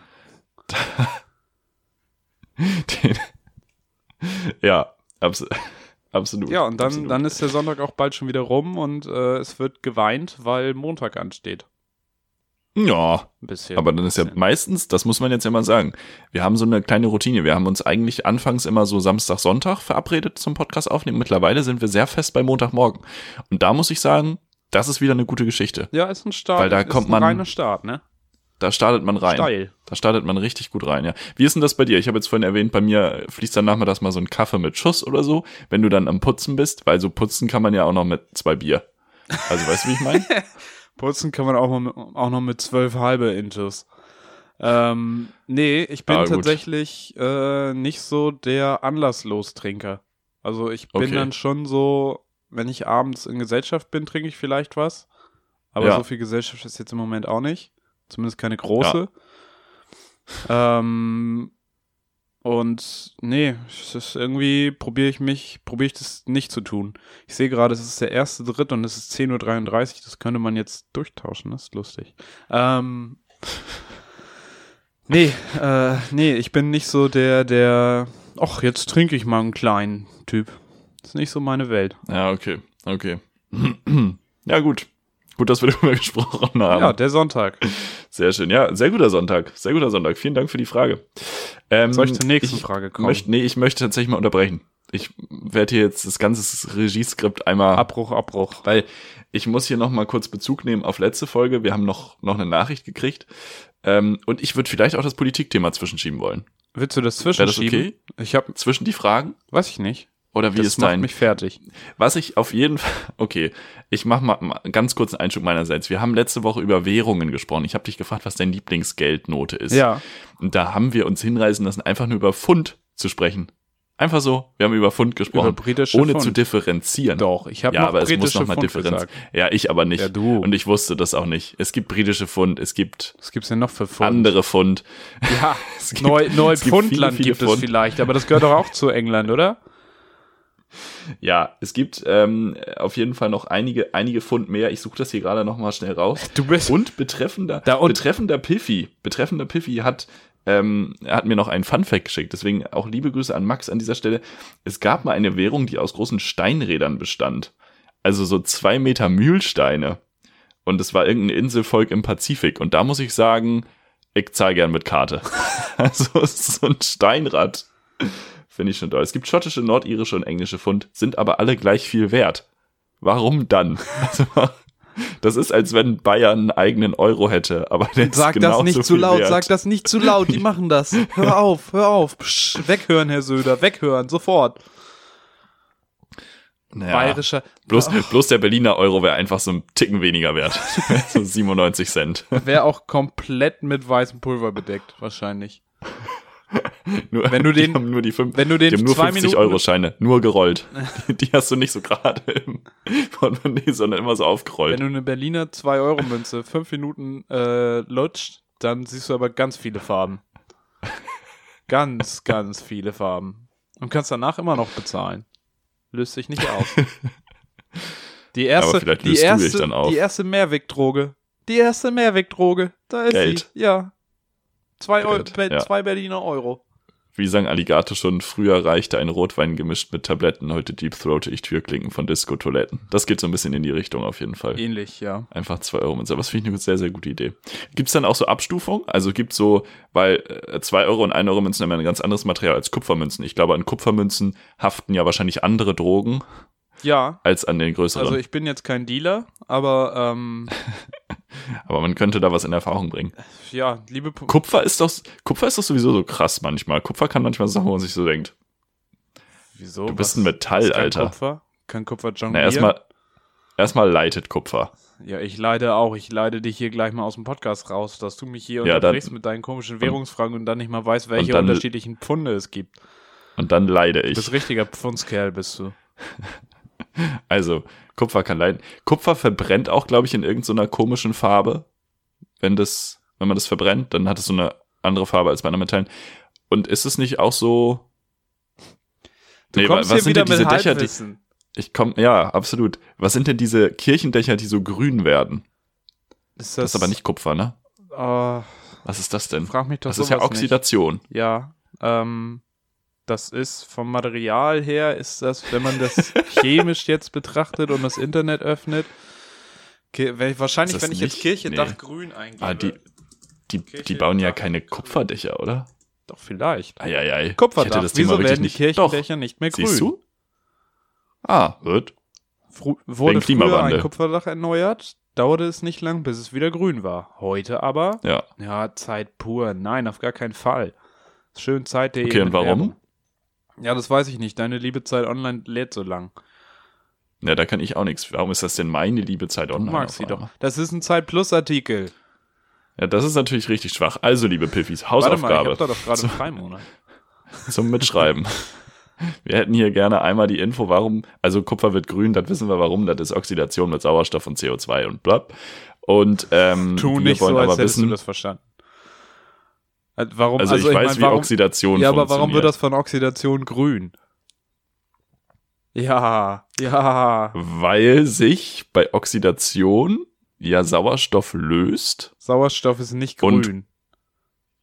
ja, abs *laughs* absolut.
Ja, und dann,
absolut.
dann ist der Sonntag auch bald schon wieder rum und äh, es wird geweint, weil Montag ansteht.
Ja,
Ein bisschen.
aber dann ist ja
Bisschen.
meistens, das muss man jetzt ja mal sagen, wir haben so eine kleine Routine. Wir haben uns eigentlich anfangs immer so Samstag, Sonntag verabredet zum Podcast aufnehmen. Mittlerweile sind wir sehr fest bei Montagmorgen. Und da muss ich sagen, das ist wieder eine gute Geschichte.
Ja, ist ein Start.
Weil da
ist
kommt
ein
man
reiner Start, ne?
Da startet man rein.
Steil.
Da startet man richtig gut rein, ja. Wie ist denn das bei dir? Ich habe jetzt vorhin erwähnt, bei mir fließt dann nachmittags mal so ein Kaffee mit Schuss oder so, wenn du dann am Putzen bist, weil so putzen kann man ja auch noch mit zwei Bier. Also weißt du, wie ich meine?
Putzen kann man auch, mal mit, auch noch mit zwölf halbe Inches. Ähm, nee, ich bin
Ah, gut.
tatsächlich äh, nicht so der Anlasslostrinker. Also ich bin
Okay.
dann schon so, wenn ich abends in Gesellschaft bin, trinke ich vielleicht was. Aber
Ja.
so viel Gesellschaft ist jetzt im Moment auch nicht. Zumindest keine große. Ähm, und nee, es ist irgendwie probiere ich mich, probiere ich das nicht zu tun. Ich sehe gerade, es ist der erste Dritt und es ist 10.33 Uhr. Das könnte man jetzt durchtauschen, das ist lustig. Ähm, *laughs* nee, äh, nee, ich bin nicht so der, der, ach, jetzt trinke ich mal einen kleinen Typ. Das ist nicht so meine Welt.
Ja, okay, okay. *clears throat* Ja, gut. Gut, dass wir *laughs* darüber gesprochen haben.
ja, der Sonntag.
Sehr schön. Ja, sehr guter Sonntag. Sehr guter Sonntag. Vielen Dank für die Frage. Ähm,
Soll ich zur nächsten
ich
Frage kommen?
Möchte, nee, ich möchte tatsächlich mal unterbrechen. Ich werde hier jetzt das ganze Regieskript einmal
Abbruch, Abbruch.
Weil ich muss hier nochmal kurz Bezug nehmen auf letzte Folge. Wir haben noch, noch eine Nachricht gekriegt. Ähm, und ich würde vielleicht auch das Politikthema zwischenschieben wollen.
Willst du das
Wäre das
zwischenschieben?
okay?
Ich habe,
Zwischen die Fragen?
weiß ich nicht.
Oder wie
das
ist
macht
dein?
mich fertig.
Was ich auf jeden Fall. *laughs* Okay, ich mache mal, mal einen ganz kurzen Einschub meinerseits. Wir haben letzte Woche über Währungen gesprochen. Ich habe dich gefragt, was deine Lieblingsgeldnote ist.
Ja,
Und da haben wir uns hinreißen lassen, einfach nur über Pfund zu sprechen. Einfach so. Wir haben über Pfund gesprochen.
über britische
ohne
Pfund.
zu differenzieren.
Doch, ich habe
ja,
noch
aber es
britische
muss noch mal
Pfund
Differenz.
gesagt.
Ja, ich aber nicht.
Ja, du.
Und ich wusste das auch nicht. Es gibt britische Pfund, es gibt
Was gibt's denn noch für Pfund?
andere Pfund.
*laughs* Ja,
*laughs* Es gibt-
Neu,
es gibt viele,
Neupfundland
viele
gibt, es
Pfund.
vielleicht, aber das gehört doch auch zu England, oder?
Ja, es gibt ähm, auf jeden Fall noch einige, einige Pfund mehr. Ich suche das hier gerade noch mal schnell raus.
Du bist
Und betreffender,
Da und-
betreffender Piffy, betreffender Piffy hat, ähm, er hat mir noch einen Funfact geschickt. Deswegen auch liebe Grüße an Max an dieser Stelle. Es gab mal eine Währung, die aus großen Steinrädern bestand. Also so zwei Meter Mühlsteine. Und es war irgendein Inselvolk im Pazifik. Und da muss ich sagen, ich zahle gern mit Karte. *laughs* also es ist so ein Steinrad. Finde ich schon toll. Es gibt schottische, nordirische und englische Pfund, sind aber alle gleich viel wert. Warum dann? *laughs* Also, das ist, als wenn Bayern einen eigenen Euro hätte, aber der
Sag
ist genau
das nicht
so
zu
viel
laut,
wert.
sag das nicht zu laut, die machen *laughs* das. Hör auf, hör auf. Psch, weghören, Herr Söder, weghören, sofort.
naja,
Bayerischer.
Bloß,
Oh.
bloß der Berliner Euro wäre einfach so ein Ticken
*laughs*
weniger wert. so 97 Cent.
Wäre auch komplett mit weißem Pulver bedeckt, wahrscheinlich.
Nur,
Wenn du den-
die haben nur die fünf,
Wenn du
die
den
haben nur
zwei
50
Minuten
Euro Scheine,
*laughs*
nur gerollt. Die, die hast du nicht so gerade im Portemonnaie, sondern immer so
Wenn
aufgerollt.
du eine Berliner 2-Euro-Münze fünf Minuten äh, lutscht, dann siehst du aber ganz viele Farben. Ganz, ganz viele Farben. Und kannst danach immer noch bezahlen. Löst sich nicht auf. Die erste,
Aber vielleicht
die
löst du dich
erste,
dann auf.
Die erste Mehrwegdroge. Die erste Mehrwegdroge. Da ist
Geld.
sie. Ja. Zwei, Eu
Geld,
Be
ja.
zwei Berliner Euro.
Wie sang Alligator schon, früher reichte ein Rotwein gemischt mit Tabletten, heute deepthroate ich Türklinken von Disco-Toiletten. Das geht so ein bisschen in die Richtung auf jeden Fall.
Ähnlich, ja.
Einfach 2 Euro Münze. Aber das finde ich eine sehr, sehr gute Idee. Gibt es dann auch so Abstufungen? Also gibt so, weil 2 Euro und 1 Euro Münzen haben ja ein ganz anderes Material als Kupfermünzen. Ich glaube, an Kupfermünzen haften ja wahrscheinlich andere Drogen
Ja.
als an den größeren.
Also ich bin jetzt kein Dealer, aber ähm,
Aber man könnte da was in Erfahrung bringen.
ja, liebe Pu-
Kupfer ist doch, Kupfer ist doch sowieso so krass manchmal. Kupfer kann manchmal Sachen, wo man sich so denkt.
Wieso?
Du bist
Oh, Was?
ein Metall,
Ist kein
Alter.
Kupfer? Kein Kupfer
Na,
jonglieren?
erstmal, erstmal leitet Kupfer.
ja, ich leide auch. Ich leide dich hier gleich mal aus dem Podcast raus, dass du mich hier
Ja,
unterbrichst
dann-
mit deinen komischen Währungsfragen und dann nicht mal weißt, welche
und dann-
unterschiedlichen Pfunde es gibt.
Und dann leide
Du
ich.
bist richtiger Pfundskerl, bist du.
Also, Kupfer kann leiden. Kupfer verbrennt auch, glaube ich, in irgendeiner komischen Farbe. Wenn das, wenn man das verbrennt, dann hat es so eine andere Farbe als bei anderen Metallen. Und ist es nicht auch so?
Du
Nee, wa-
kommst hier wieder mit
die,
Halbwissen.
ich komm, ja, absolut. Was sind denn diese Kirchendächer, die so grün werden?
Ist
Das, ist aber nicht Kupfer, ne?
Oh,
Was ist das denn?
frag mich doch
das ist ja
sowas nicht.
Oxidation.
Ja, ähm, das ist vom Material her, ist das, wenn man
*laughs*
das chemisch jetzt betrachtet und das Internet öffnet, Ki- wenn- wahrscheinlich,
Ist das
wenn ich jetzt
nicht?
Kirchendach
Nee.
grün eingebe.
Ah, die, die, die
äh, Kirche-
bauen ja
Dach-
keine Kupferdächer, oder?
Doch, vielleicht.
Eieiei. Ich
Kupferdach.
hätte das Thema
Wieso
wirklich
werden die
nicht.
Kirchendächer nicht mehr
Doch,
grün?
siehst du? Ah, wird.
Fru wurde
Wegen
früher
Klimawandel.
ein Kupferdach erneuert, dauerte es nicht lang, bis es wieder grün war. Heute aber,
Ja.
ja, Zeit pur. Nein, auf gar keinen Fall. Schön Zeit.de.
Okay, und
mit
warum?
Werbung. Ja, das weiß ich nicht. Deine liebe Zeit online lädt so lang.
Ja, da kann ich auch nichts. Warum ist das denn meine liebe Zeit
Du
online?
magst sie
auf einmal?
doch. Das ist ein Zeit Plus Artikel.
Ja, das ist natürlich richtig schwach. Also, liebe Piffis,
Warte mal, ich
Hausaufgabe
hab da doch gerade
So.
einen Freimonat.
zum
*laughs*
Mitschreiben. Wir hätten hier gerne einmal die Info, warum, also Kupfer wird grün, das wissen wir warum, das ist Oxidation mit Sauerstoff und CO2 und blab. Und ähm,
Tu
wir
nicht
wollen
so, als
aber
hättest du
wissen,
das verstanden. Äh, Warum?
also, ich
mein,
weiß, wie
warum,
Oxidation
Ja,
ja,
aber
funktioniert.
warum wird das von Oxidation grün? Ja, ja.
Weil sich bei Oxidation ja Sauerstoff löst.
Sauerstoff ist nicht
Und-
grün.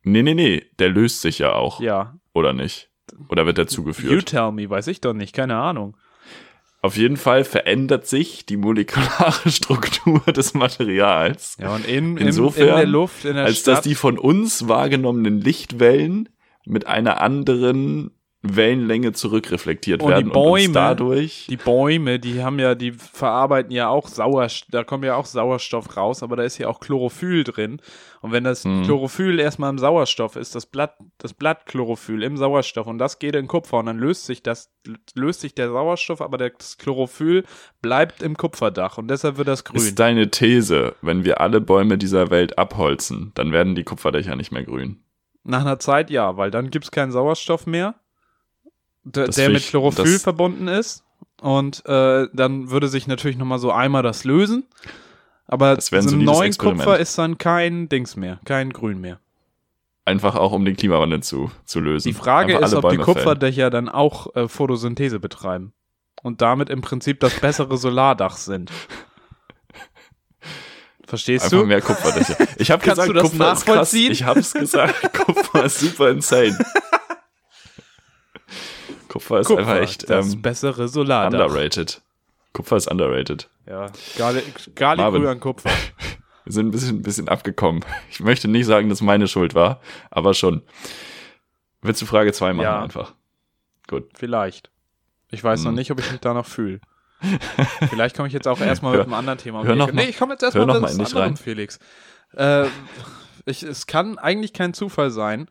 Nee, nee, nee, der löst sich ja auch,
ja.
oder nicht? Oder wird der
You
zugeführt?
tell me, weiß ich doch nicht, keine Ahnung.
Auf jeden Fall verändert sich die molekulare *laughs* Struktur des Materials,
Ja, und in,
Insofern,
in der Luft, in der
als
Stadt.
dass die von uns wahrgenommenen Lichtwellen mit einer anderen Wellenlänge zurückreflektiert
Und die
werden und
Bäume,
uns dadurch
die Bäume, die haben ja, die verarbeiten ja auch Sauerstoff, da kommt ja auch Sauerstoff raus, aber da ist ja auch Chlorophyll drin. Und wenn das
Hm.
Chlorophyll erstmal im Sauerstoff ist, das Blatt, das Blatt Chlorophyll im Sauerstoff und das geht in Kupfer und dann löst sich das, löst sich der Sauerstoff, aber das Chlorophyll bleibt im Kupferdach und deshalb wird das grün.
ist deine These, wenn wir alle Bäume dieser Welt abholzen, dann werden die Kupferdächer nicht mehr grün.
Nach einer Zeit ja, weil dann gibt's keinen Sauerstoff mehr, der,
Das
der
find
mit
ich-
Chlorophyll
das-
verbunden ist. Und äh, dann würde sich natürlich nochmal so einmal das lösen. Aber
Das
so
wäre ein
einem
solides
neuen
Experiment.
Kupfer ist dann kein Dings mehr, kein Grün mehr.
Einfach auch, um den Klimawandel zu, zu lösen.
Die Frage
Hm. Einfach
ist,
alle
ob die
Bäume fällen.
Kupferdächer dann auch äh, Photosynthese betreiben. Und damit im Prinzip das bessere Solardach sind. Verstehst
Einfach
du?
mehr Kupferdächer. Ich habe
Kannst
gesagt,
du das
Kupfer ist krass.
nachvollziehen?
Ich habe
*laughs*
es gesagt. Kupfer ist super insane. Kupfer ist einfach echt
das
ähm,
bessere Solardach.
underrated. Kupfer ist underrated.
Ja. Gali, Gali
Marvin.
Brühe an Kupfer.
Wir sind ein bisschen, ein bisschen abgekommen. Ich möchte nicht sagen, dass meine Schuld war, aber schon. Willst du Frage 2 machen
Ja.
einfach?
Vielleicht. Ich weiß noch
Hm.
nicht, ob ich mich danach
*laughs*
fühle. Vielleicht komme ich jetzt auch erstmal mit einem anderen Thema. um
hör
die
noch
Ecke.
mal-
nee, ich komme jetzt erstmal
hör noch
mit
mal
einem
in dich
anderen
rein.
Felix. Äh, ich, es kann eigentlich kein Zufall sein.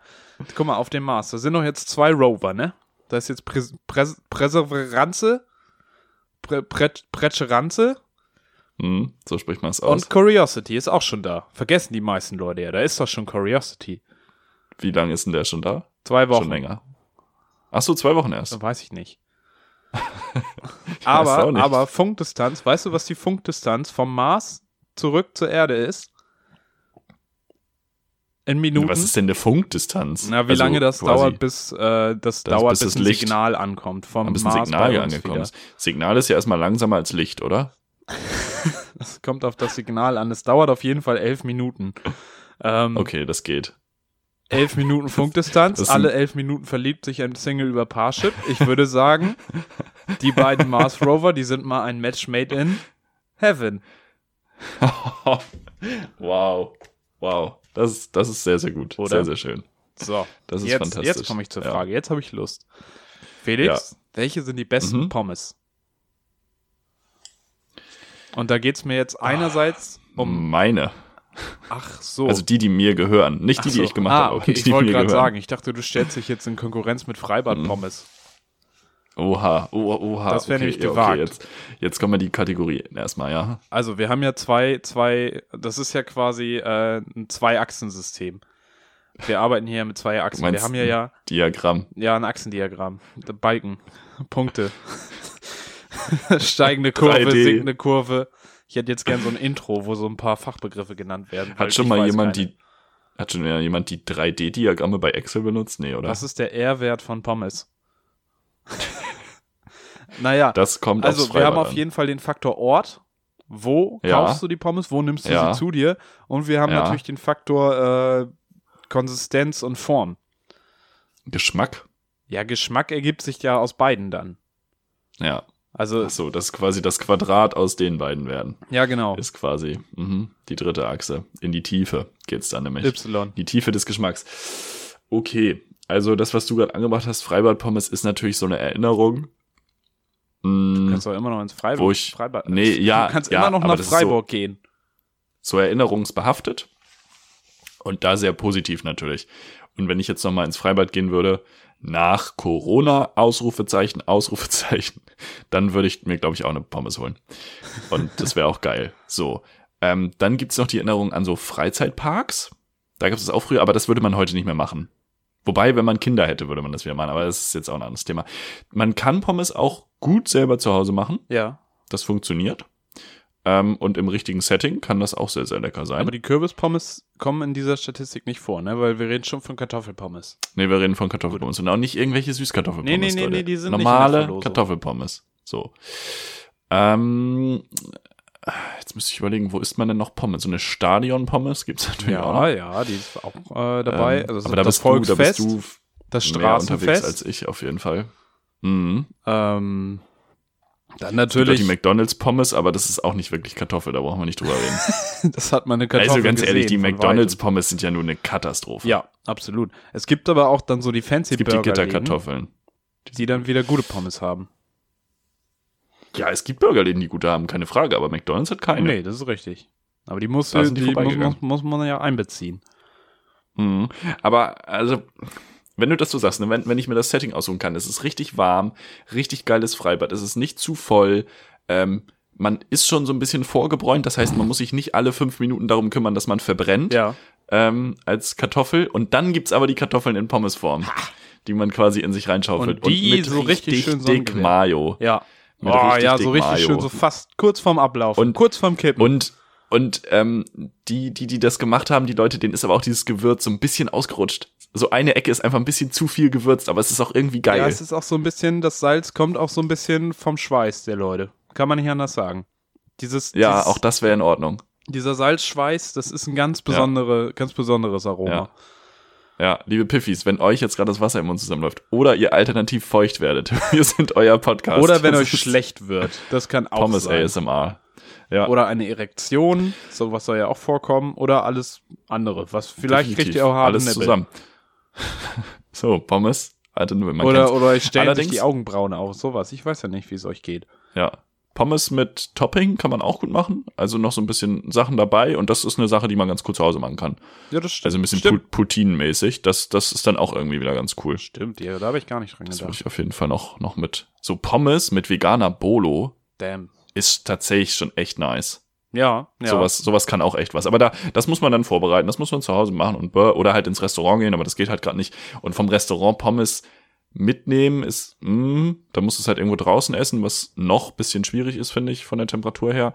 Guck mal, auf dem Mars, da sind doch jetzt zwei Rover, ne? Da ist jetzt Präs Präs Perseveranze, Pre Pre Pretscheranze
Hm, so spricht man es aus.
und Curiosity ist auch schon da. Vergessen die meisten Leute ja, da ist doch schon Curiosity.
Wie lange ist denn der schon da?
Zwei Wochen.
Schon länger. Ach so, zwei Wochen erst.
Weiß ich nicht.
*laughs* Ich weiß
aber,
auch nicht.
aber Funkdistanz, weißt du, was die Funkdistanz vom Mars zurück zur Erde ist? In Minuten.
Was ist denn eine Funkdistanz?
Na, wie
Also
lange das
quasi,
dauert, bis äh, das
Das-
dauert,
bis
bis,
das
ein
Licht-
Signal ankommt vom
bis ein
Mars
Signal
bei
hier
uns
angekommen
wieder.
ist. Signal ist ja erstmal langsamer als Licht, oder?
Es kommt auf *laughs* das Signal an. Es dauert auf jeden Fall elf Minuten. Ähm,
Okay, das geht. *laughs*
Elf Minuten Funkdistanz.
Das sind-
Alle elf Minuten verliebt sich ein Single über Parship. Ich würde sagen, die beiden Mars Rover, die sind mal ein Match made in Heaven.
wow. Wow. Das, das ist sehr, sehr gut.
Oder?
Sehr, sehr schön.
So,
Das ist
jetzt,
fantastisch.
Jetzt komme ich zur
Ja.
Frage. Jetzt habe ich Lust. Felix, welche sind die besten
Mhm.
Pommes? Und da geht es mir
Ah.
jetzt einerseits um.
Meine.
Ach so.
Mhm. Also die, die mir gehören. Nicht die,
Ach
die
so.
ich gemacht
ah,
habe.
Okay,
die,
ich
die
wollte
mir
gerade
gehören. Mhm.
sagen, ich dachte, du stellst dich jetzt in Konkurrenz mit Freibad-Pommes.
Oha, oha, oha.
Das wär
okay,
nämlich
ja,
gewagt.
Okay, jetzt, jetzt kommen wir die Kategorien erstmal, ja.
Also, wir haben ja zwei, zwei, das ist ja quasi äh, ein Zwei-Achsen-System. Wir arbeiten hier mit zwei Achsen. Wir
meinst-
haben hier ja,
Diagramm.
ja ein Achsendiagramm. Balken, *laughs*
*laughs*
Punkte. Steigende Kurve,
3D.
sinkende Kurve. Ich hätte jetzt gern so ein Intro, wo so ein paar Fachbegriffe genannt werden. weil
Hat schon
ich
mal
weiß
jemand
keine.
die. Hat schon mal jemand die 3D-Diagramme bei Excel benutzt? Nee, oder?
Was
Das,
ist der R-Wert von Pommes? *laughs* naja,
kommt aufs
Also, wir
Freibad
haben auf
an.
jeden Fall den Faktor Ort. Wo
Ja.
kaufst du die Pommes? Wo nimmst du
Ja.
sie zu dir? Und wir haben
Ja.
natürlich den Faktor äh, Konsistenz und Form.
Geschmack.
Ja, Geschmack ergibt sich ja aus beiden dann.
Ja.
Also,
Ach so, das ist quasi das Quadrat aus den beiden werden.
ja, genau.
Ist quasi mhm, die dritte Achse. In die Tiefe geht's dann nämlich.
Y.
Die Tiefe des Geschmacks. Okay, also das, was du gerade angebracht hast, Freibad-Pommes ist natürlich so eine Erinnerung.
Du
Mm,
kannst doch immer noch ins Freiburg.
Wo ich-
Freibad.
nee, ja,
Du kannst
ja,
immer noch
aber
nach
das ist so-
Freiburg gehen.
so erinnerungsbehaftet und da sehr positiv natürlich. Und wenn ich jetzt nochmal ins Freibad gehen würde, nach Corona, Ausrufezeichen, Ausrufezeichen, *laughs* dann würde ich mir, glaube ich, auch eine Pommes holen. Und das wäre auch geil. So, ähm, dann gibt's noch die Erinnerung an so Freizeitparks. Da gab's das auch früher, aber das würde man heute nicht mehr machen. Wobei, wenn man Kinder hätte, würde man das wieder machen, aber das ist jetzt auch ein anderes Thema. Man kann Pommes auch gut selber zu Hause machen.
Ja.
Das funktioniert. Ähm, und im richtigen Setting kann das auch sehr, sehr lecker sein.
Aber die Kürbispommes kommen in dieser Statistik nicht vor, ne? Weil wir reden schon von Kartoffelpommes.
Nee, wir reden von Kartoffelpommes und auch nicht irgendwelche Süßkartoffelpommes.
Nee, nee, nee,
Leute.
nee, die sind nicht in der
Normale
Verlosung.
Kartoffelpommes. So. Ähm, jetzt müsste ich überlegen, wo isst man denn noch Pommes? So eine Stadionpommes gibt's natürlich auch noch.
Ja, ja, die ist auch äh, dabei.
Ähm,
also es
aber
ist
da
das
bist, du, da
Volksfest,
bist du
das
mehr unterwegs
Straßenfest.
als ich auf jeden Fall. Mhm.
Ähm, dann
Es gibt auch
natürlich,
die McDonalds-Pommes, aber das ist auch nicht wirklich Kartoffel, da brauchen wir nicht drüber
*laughs*
reden.
das hat man eine Kartoffel
also ganz ehrlich, die
gesehen von
McDonalds-Pommes sind ja nur eine Katastrophe.
weitem. Ja, absolut. Es gibt aber auch dann so die Fancy
es gibt die
Burger,
Gitterkartoffeln.
die dann wieder gute Pommes haben.
Ja, es gibt Burgerläden, die gute haben, keine Frage, aber McDonalds hat keine.
Nee, das ist richtig. Aber die muss,
Da
die
sind die
muss,
vorbeigegangen.
muss, muss man ja einbeziehen.
Mhm. Aber also, wenn du das so sagst, ne, wenn, wenn ich mir das Setting aussuchen kann, es ist richtig warm, richtig geiles Freibad, es ist nicht zu voll, ähm, man ist schon so ein bisschen vorgebräunt, das heißt, man muss sich nicht alle fünf Minuten darum kümmern, dass man verbrennt
Ja.
ähm, als Kartoffel. Und dann gibt's aber die Kartoffeln in Pommesform, die man quasi in sich reinschaufelt.
Und die so richtig schön
dick
sonnengewärmt.
Mayo.
Ja. Oh,
Mit richtig
ja,
dick
so richtig
Mayo.
schön, so fast kurz vorm Ablauf
Und-
kurz vorm Kippen.
Und und ähm, die, die, die das gemacht haben, die Leute, denen ist aber auch dieses Gewürz so ein bisschen ausgerutscht. So eine Ecke ist einfach ein bisschen zu viel gewürzt, aber es ist auch irgendwie geil.
ja, es ist auch so ein bisschen, das Salz kommt auch so ein bisschen vom Schweiß der Leute. Kann man nicht anders sagen. Dieses,
Ja,
dieses,
auch das wäre in Ordnung.
dieser Salzschweiß, das ist ein ganz besondere, ganz besonderes Aroma.
Ja. Ja, liebe Piffis, wenn euch jetzt gerade das Wasser im Mund zusammenläuft oder ihr alternativ feucht werdet, *laughs* wir sind euer Podcast.
Oder wenn
Das
euch
ist
schlecht wird. Das kann auch
Pommes
sein.
ASMR. Ja,
Oder eine Erektion. Sowas soll ja auch vorkommen. Oder alles andere. Was vielleicht
definitiv.
kriegt ihr auch harte
Alles
Nippel.
zusammen. *laughs* so, Pommes, alte Nippel, man
Oder,
kennt's.
oder euch stellen sich
Allerdings-
die Augenbrauen auf. Sowas. Ich weiß ja nicht, wie es euch geht.
Ja. Pommes mit Topping kann man auch gut machen. Also noch so ein bisschen Sachen dabei und das ist eine Sache, die man ganz gut zu Hause machen kann.
Ja, das stimmt.
Also ein bisschen
stimmt.
Put- Poutine-mäßig. Das, das ist dann auch irgendwie wieder ganz cool.
Stimmt, ja, da habe ich gar nicht dran
Das würde
gedacht.
ich auf jeden Fall noch, noch mit. So Pommes mit veganer Bolo
Damn.
ist tatsächlich schon echt nice.
Ja, ja.
Sowas, sowas kann auch echt was. Aber da, das muss man dann vorbereiten, das muss man zu Hause machen und bäh, oder halt ins Restaurant gehen, aber das geht halt gerade nicht. Und vom Restaurant Pommes mitnehmen ist, mh, da musst du es halt irgendwo draußen essen, was noch bisschen schwierig ist, finde ich, von der Temperatur her.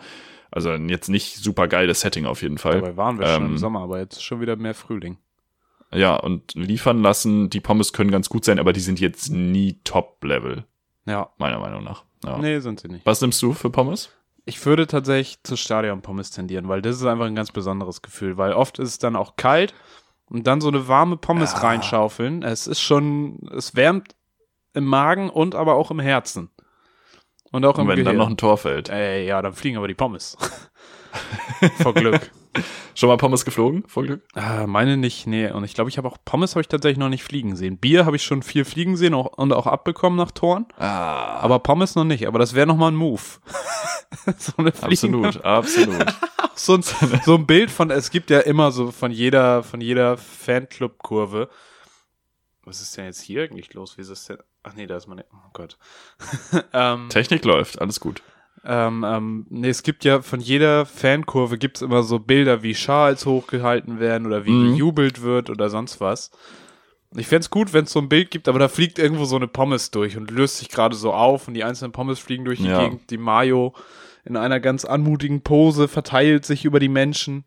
Also jetzt nicht super geiles Setting auf jeden Fall.
Dabei waren wir schon im
Ähm,
Sommer, aber jetzt ist schon wieder mehr Frühling.
Ja, und liefern lassen, die Pommes können ganz gut sein, aber die sind jetzt nie Top-Level,
Ja.
meiner Meinung nach. Ja.
Nee, sind sie nicht.
Was nimmst du für Pommes?
Ich würde tatsächlich zu Stadion-Pommes tendieren, weil das ist einfach ein ganz besonderes Gefühl, weil oft ist es dann auch kalt und dann so eine warme Pommes
Ja.
reinschaufeln. Es ist schon, es wärmt im Magen und aber auch im Herzen. Und auch im
Und wenn
Gehirn. Äh.
dann noch ein Tor fällt.
Ey, ja, dann fliegen aber die
*laughs*
Pommes. Vor Glück.
Schon mal Pommes geflogen, vor
*laughs*
Glück?
Ah, meine nicht, nee. Und ich glaube, ich habe auch Pommes habe ich tatsächlich noch nicht fliegen sehen. Bier habe ich schon viel fliegen sehen auch, und auch abbekommen nach Toren.
Ah,
Aber Pommes noch nicht. Aber das wäre nochmal ein Move. *laughs* so eine fliegende
absolut, absolut.
*laughs* so ein, so ein Bild von, es gibt ja immer so von jeder, von jeder Fanclub-Kurve. Was ist denn jetzt hier eigentlich los? Wie ist es denn? Ach nee, da ist meine. Oh Gott. *laughs* ähm,
Technik läuft, alles gut.
ähm, ähm, nee, es gibt ja von jeder Fankurve gibt es immer so Bilder, wie Schals hochgehalten werden oder wie
Mhm.
gejubelt wird oder sonst was. Ich fänd's gut, wenn es so ein Bild gibt, aber da fliegt irgendwo so eine Pommes durch und löst sich gerade so auf und die einzelnen Pommes fliegen durch die
Ja.
Gegend. Die Mayo in einer ganz anmutigen Pose verteilt sich über die Menschen.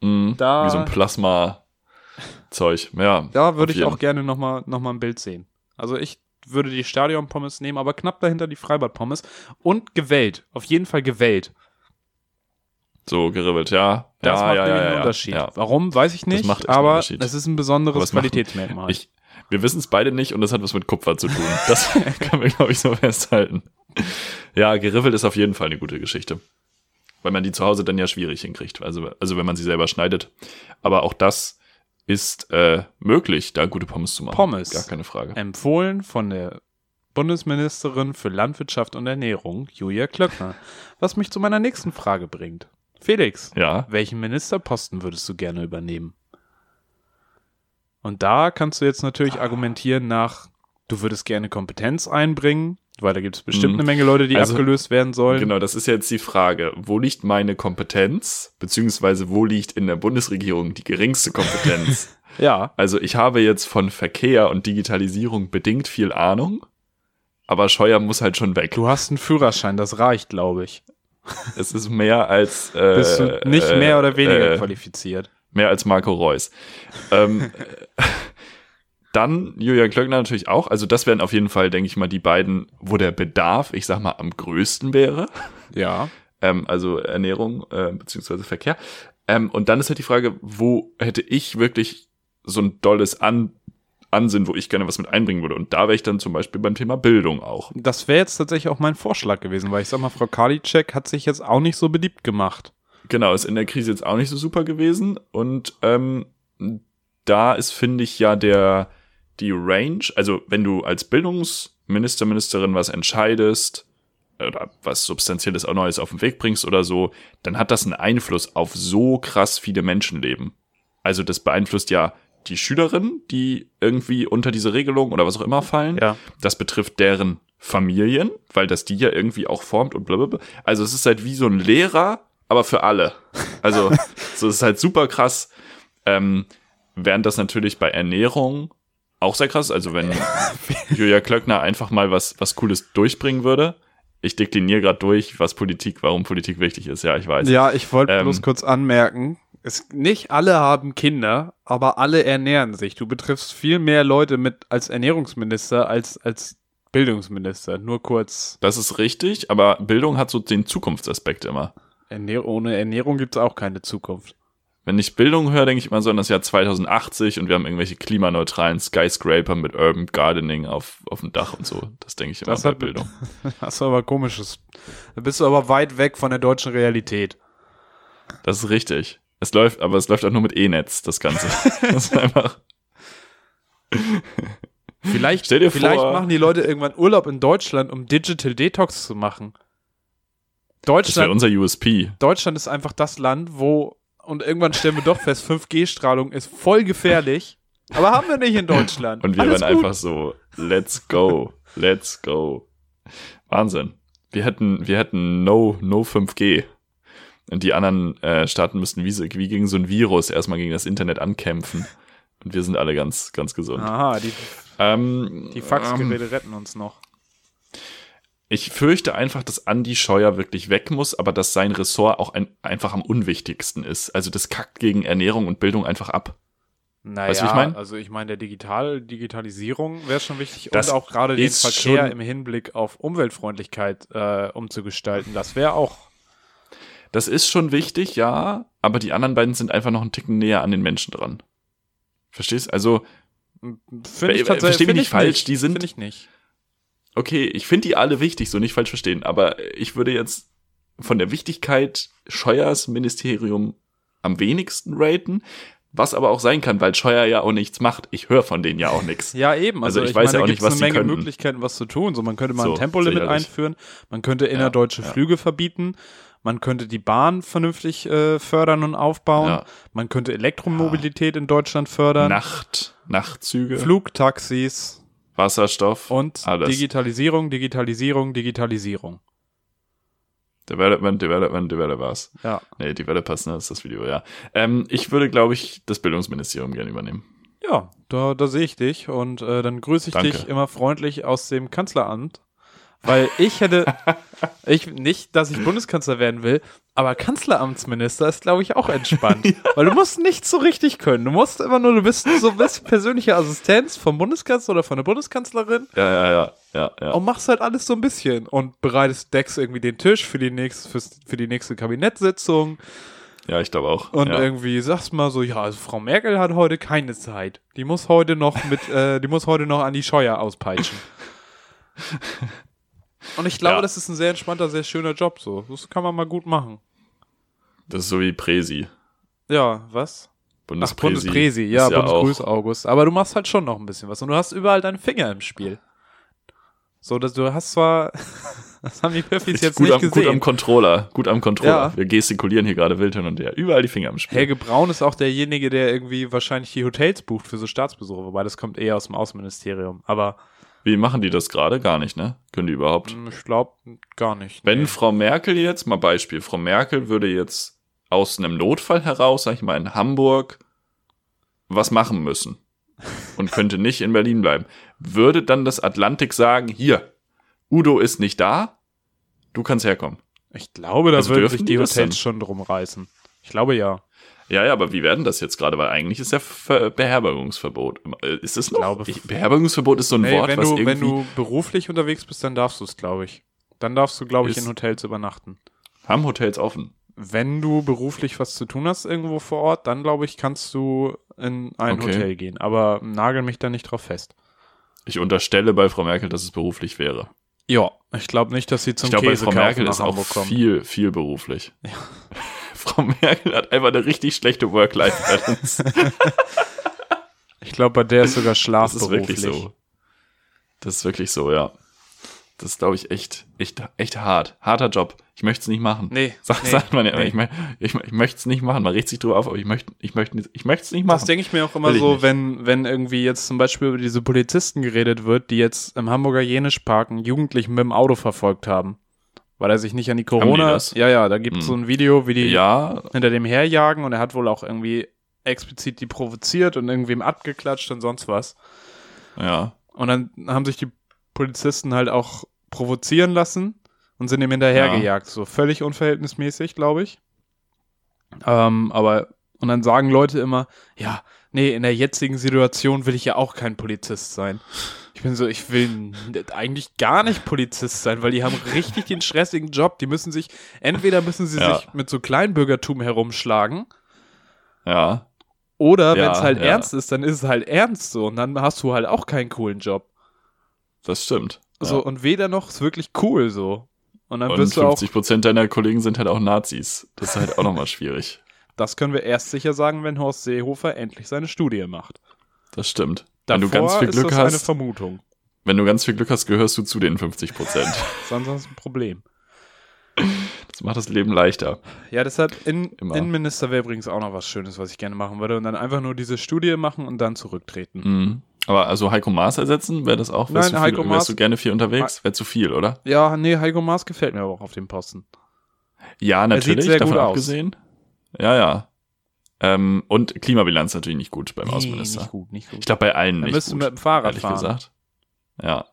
Mhm,
Da-
Wie so ein Plasma-Zeug. Ja,
Da würde ich
Auf jeden.
auch gerne nochmal noch mal ein Bild sehen. Also ich würde die Stadion-Pommes nehmen, aber knapp dahinter die Freibad-Pommes. Und gewellt. Auf jeden Fall gewellt.
so geribbelt, ja.
Das
ja,
macht
ja,
nämlich
ja,
einen
ja,
Unterschied.
Ja.
Warum, weiß ich nicht.
macht echt einen
aber
Unterschied.
es ist ein
Aber
besonderes
es macht-
Qualitätsmerkmal.
Ich, wir wissen es beide nicht und das hat was mit Kupfer zu tun. Das *laughs* können wir, glaube ich, so festhalten. Ja, geriffelt ist auf jeden Fall eine gute Geschichte. Weil man die zu Hause dann ja schwierig hinkriegt. Also, also wenn man sie selber schneidet. Aber auch das ist äh, möglich, da gute Pommes zu machen.
Pommes.
Gar keine Frage.
Empfohlen von der Bundesministerin für Landwirtschaft und Ernährung, Julia Klöckner. Was mich zu meiner nächsten Frage bringt. Felix,
Ja.
welchen Ministerposten würdest du gerne übernehmen? Und da kannst du jetzt natürlich
Ah.
argumentieren nach, du würdest gerne Kompetenz einbringen, weil da gibt es bestimmt
Mhm.
eine Menge Leute, die
Also,
abgelöst werden sollen.
Genau, das ist jetzt die Frage. Wo liegt meine Kompetenz? Beziehungsweise wo liegt in der Bundesregierung die geringste Kompetenz?
Ja,
Also ich habe jetzt von Verkehr und Digitalisierung bedingt viel Ahnung, aber Scheuer muss halt schon weg.
du hast einen Führerschein, das reicht, glaube ich.
Es ist mehr als äh,
Bist du nicht mehr oder weniger
äh,
qualifiziert.
mehr als Marco Reus.
*laughs*
ähm, äh, dann Julian Klöckner natürlich auch. Also das wären auf jeden Fall, denke ich mal, die beiden, wo der Bedarf, ich sag mal, am größten wäre.
Ja.
Ähm, also Ernährung äh, beziehungsweise Verkehr. Ähm, und dann ist halt die Frage, wo hätte ich wirklich so ein dolles An Ansinnen, wo ich gerne was mit einbringen würde. Und da wäre ich dann zum Beispiel beim Thema Bildung auch.
Das wäre jetzt tatsächlich auch mein Vorschlag gewesen, weil ich sag mal, Frau Karliczek hat sich jetzt auch nicht so beliebt gemacht.
Genau, ist in der Krise jetzt auch nicht so super gewesen. Und ähm, da ist, finde ich, ja der die Range, also wenn du als Bildungsminister, Ministerin was entscheidest oder was Substanzielles auch Neues auf den Weg bringst oder so, dann hat das einen Einfluss auf so krass viele Menschenleben. Also das beeinflusst ja die Schülerinnen, die irgendwie unter diese Regelung oder was auch immer fallen.
Ja.
Das betrifft deren Familien, weil das die ja irgendwie auch formt und blablabla. Also es ist halt wie so ein Lehrer, aber für alle. Also so es ist halt super krass. Ähm, während das natürlich bei Ernährung auch sehr krass, also wenn Julia Klöckner einfach mal was, was Cooles durchbringen würde. Ich dekliniere gerade durch, was Politik, warum Politik wichtig ist. Ja, ich weiß.
Ja, ich wollte
Ähm.
bloß kurz anmerken, es, nicht alle haben Kinder, aber alle ernähren sich. Du betriffst viel mehr Leute mit als Ernährungsminister als als Bildungsminister. Nur kurz,
Das ist richtig, aber Bildung hat so den Zukunftsaspekt immer.
Ernähr ohne Ernährung gibt's auch keine Zukunft.
Wenn ich Bildung höre, denke ich mal so an das Jahr 2080 und wir haben irgendwelche klimaneutralen Skyscraper mit Urban Gardening auf, auf dem Dach und so. Das denke ich immer
Das
bei
hat- *laughs*
Bildung.
Hast du aber komisches. Da bist du aber weit weg von der deutschen Realität.
Das ist richtig. Es läuft, aber es läuft auch nur mit E-Netz, das
*laughs*
Ganze. Das ist einfach.
Vielleicht,
Stell dir
vielleicht
vor-
machen die Leute irgendwann Urlaub in Deutschland, um Digital Detox zu machen.
Das wäre
Deutschland,
unser USP.
Deutschland ist einfach das Land, wo, und irgendwann stellen wir doch fest, 5G-Strahlung ist voll gefährlich. Aber haben wir nicht in Deutschland.
Und wir
Alles
wären
gut.
einfach so, let's go, let's go. Wahnsinn. Wir hätten, wir hätten no, no 5G. Und die anderen äh, Staaten müssten wie, so- wie gegen so ein Virus erstmal gegen das Internet ankämpfen. Und wir sind alle ganz, ganz gesund.
Aha, die,
Ähm,
die
ähm,
Faxgeräte retten uns noch.
Ich fürchte einfach, dass Andy Scheuer wirklich weg muss, aber dass sein Ressort auch ein, einfach am unwichtigsten ist. Also das kackt gegen Ernährung und Bildung einfach ab.
Naja,
Weißt du, wie ich mein?
also ich meine, der Digital Digitalisierung wäre schon wichtig
Das
und auch gerade den
ist
Verkehr
schon-
im Hinblick auf Umweltfreundlichkeit äh, umzugestalten. Das wäre auch.
Das ist schon wichtig, ja, aber die anderen beiden sind einfach noch einen Ticken näher an den Menschen dran. Verstehst? Also,
Finde
Äh, äh, versteh mich nicht falsch, die sind-
Finde ich nicht.
okay, ich finde die alle wichtig, so nicht falsch verstehen, aber ich würde jetzt von der Wichtigkeit Scheuers Ministerium am wenigsten raten, was aber auch sein kann, weil Scheuer ja auch nichts macht. Ich höre von denen ja auch nichts.
Ja, eben.
Also ich weiß ja
da
auch nicht,
gibt's
was
eine
die
Menge
könnten.
Möglichkeiten, was zu tun. So, man könnte mal
So,
ein Tempolimit
sicherlich.
einführen, man könnte innerdeutsche
ja.
Flüge verbieten, man könnte die Bahn vernünftig äh, fördern und aufbauen,
Ja.
man könnte Elektromobilität in Deutschland fördern,
Nacht, Nachtzüge,
Flugtaxis
Wasserstoff
und
alles.
Digitalisierung, Digitalisierung, Digitalisierung.
Development, Development, Developers.
Ja.
Nee, Developers, ne, ist das Video, ja. Ähm, ich würde, glaube ich, das Bildungsministerium gerne übernehmen.
Ja, da, da sehe ich dich und äh, dann grüße ich
Danke.
dich immer freundlich aus dem Kanzleramt, weil ich
*laughs*
hätte, ich nicht, dass ich Bundeskanzler werden will, aber Kanzleramtsminister ist, glaube ich, auch
*laughs*
entspannt, weil du musst nichts so richtig können. Du musst immer nur, du bist so bist persönliche Assistenz vom Bundeskanzler oder von der Bundeskanzlerin
Ja, ja, ja, ja, ja.
und machst halt alles so ein bisschen und bereitest Dex irgendwie den Tisch für die nächste, fürs, für die nächste Kabinettssitzung.
Ja, ich glaube auch.
Und äh,
ja.
irgendwie sagst mal so, ja, also Frau Merkel hat heute keine Zeit. Die muss heute noch mit, äh, die muss heute noch an die Scheuer
*laughs*
auspeitschen. Und ich glaube,
Ja.
das ist ein sehr entspannter, sehr schöner Job so. Das kann man mal gut machen.
Das ist so wie Präsi.
Ja, was? Ach,
Bundespräsi.
Bundespräsi, ja,
Ist
Bundesgrüß August. Aber du machst halt schon noch ein bisschen was und du hast überall deinen Finger im Spiel. So, dass du hast zwar, *laughs* das haben die Piffis
Ist
jetzt
gut,
nicht
am, gut am
gesehen.
Controller, gut am Controller.
Ja.
Wir gestikulieren hier gerade wild hin und her. Überall die Finger im Spiel.
Helge Braun ist auch derjenige, der irgendwie wahrscheinlich die Hotels bucht für so Staatsbesuche, wobei das kommt eher aus dem Außenministerium. Aber
Wie machen die das gerade? Gar nicht, ne? Können die überhaupt?
Hm, Ich glaube gar nicht.
Wenn
nee.
Frau Merkel jetzt, mal Beispiel, Frau Merkel würde jetzt aus einem Notfall heraus, sag ich mal, in Hamburg was machen müssen
*laughs*
und könnte nicht in Berlin bleiben, würde dann das Atlantik sagen, hier, Udo ist nicht da, du kannst herkommen.
ich glaube, da
Also
würden
dürfen
sich
die
die
das
Hotels
denn?
schon drum reißen. Ich glaube ja.
Ja, ja, aber wie werden das jetzt gerade? Weil eigentlich ist ja Ver Beherbergungsverbot. Äh, Ist das noch?
glaube-
ich, Beherbergungsverbot ist so ein
Nee,
Wort,
wenn,
was
du,
irgendwie.
wenn du beruflich unterwegs bist, dann darfst du es, glaube ich. Dann darfst du, glaube ich,
Ist-
in Hotels übernachten.
haben Hotels offen.
Wenn du beruflich was zu tun hast irgendwo vor Ort, dann glaube ich, kannst du in ein
Okay.
Hotel gehen. Aber nagel mich da nicht drauf fest.
Ich unterstelle bei Frau Merkel, dass es beruflich wäre.
Ja, ich glaube nicht, dass sie zum
ich glaube, bei Frau
Käsekaufen
Merkel
nach
ist auch
Hamburg kommen.
viel, viel beruflich. *laughs* Frau Merkel hat einfach eine richtig
*laughs*
schlechte Work-Life-Balance.
Ich glaube, bei der ist sogar Schlaf
*laughs* Das ist wirklich so. Das ist wirklich so, ja. Das ist, glaube ich, echt, echt, echt hart. Harter Job. Ich möchte es nicht machen.
Nee,
Sag,
nee,
*laughs* sagt man ja,
nee.
ich, mö- ich, mö- ich möchte es nicht machen. Man regt sich drüber auf, aber ich möchte ich möchte, ich möchte es nicht machen.
Das denke ich mir auch immer
Will ich
so,
nicht.
wenn, wenn irgendwie jetzt zum Beispiel über diese Polizisten geredet wird, die jetzt im Hamburger Jenischpark einen Jugendlichen mit dem Auto verfolgt haben. Weil er sich nicht an die
die
Corona.
das?
Ja, ja, da gibt
Hm.
es so ein Video, wie die
ja,
hinter dem herjagen und er hat wohl auch irgendwie explizit die provoziert und irgendwem abgeklatscht und sonst was.
ja.
Und dann haben sich die Polizisten halt auch provozieren lassen und sind ihm hinterhergejagt. So völlig unverhältnismäßig, glaube ich. Ähm, aber, und dann sagen Leute immer, ja, nee, in der jetzigen Situation will ich ja auch kein Polizist sein. Ich bin so, ich will n- eigentlich gar nicht Polizist sein, weil die haben richtig den stressigen Job. Die müssen sich, entweder müssen sie
Ja.
sich mit so Kleinbürgertum herumschlagen
Ja,
oder
Ja,
wenn es halt
ja.
ernst ist, dann ist es halt ernst so und dann hast du halt auch keinen coolen Job.
das stimmt.
So,
ja.
und weder noch ist wirklich cool so. Und dann
Und
wirst du auch,
50 Prozent deiner Kollegen sind halt auch Nazis. Das ist halt auch nochmal schwierig.
das können wir erst sicher sagen, wenn Horst Seehofer endlich seine Studie macht.
Das stimmt.
Davor
wenn du ganz viel
ist
Glück
das eine
hast,
Vermutung.
wenn du ganz viel Glück hast, gehörst du zu den 50 Prozent.
Das ist ansonsten ein Problem.
Das macht das Leben leichter.
Ja, deshalb, in,
Immer.
Innenminister wäre übrigens auch noch was Schönes, was ich gerne machen würde. Und dann einfach nur diese Studie machen und dann zurücktreten.
Mhm. Aber also Heiko Maas ersetzen, wäre das auch?
Nein,
Wärst du
Heiko
viel,
Maas-
Wärst du gerne viel unterwegs? Wäre zu viel, oder?
Ja, nee, Heiko Maas gefällt mir aber auch auf dem Posten. Er
Ja,
sieht
natürlich,
sehr
davon
gut aus.
abgesehen. Ja, ja. Ähm, und Klimabilanz natürlich nicht gut beim Außenminister.
nicht gut, nicht gut.
Ich glaube, bei allen
Dann
nicht
müsstest du
gut,
mit dem Fahrrad
ehrlich
fahren.
gesagt. Ja.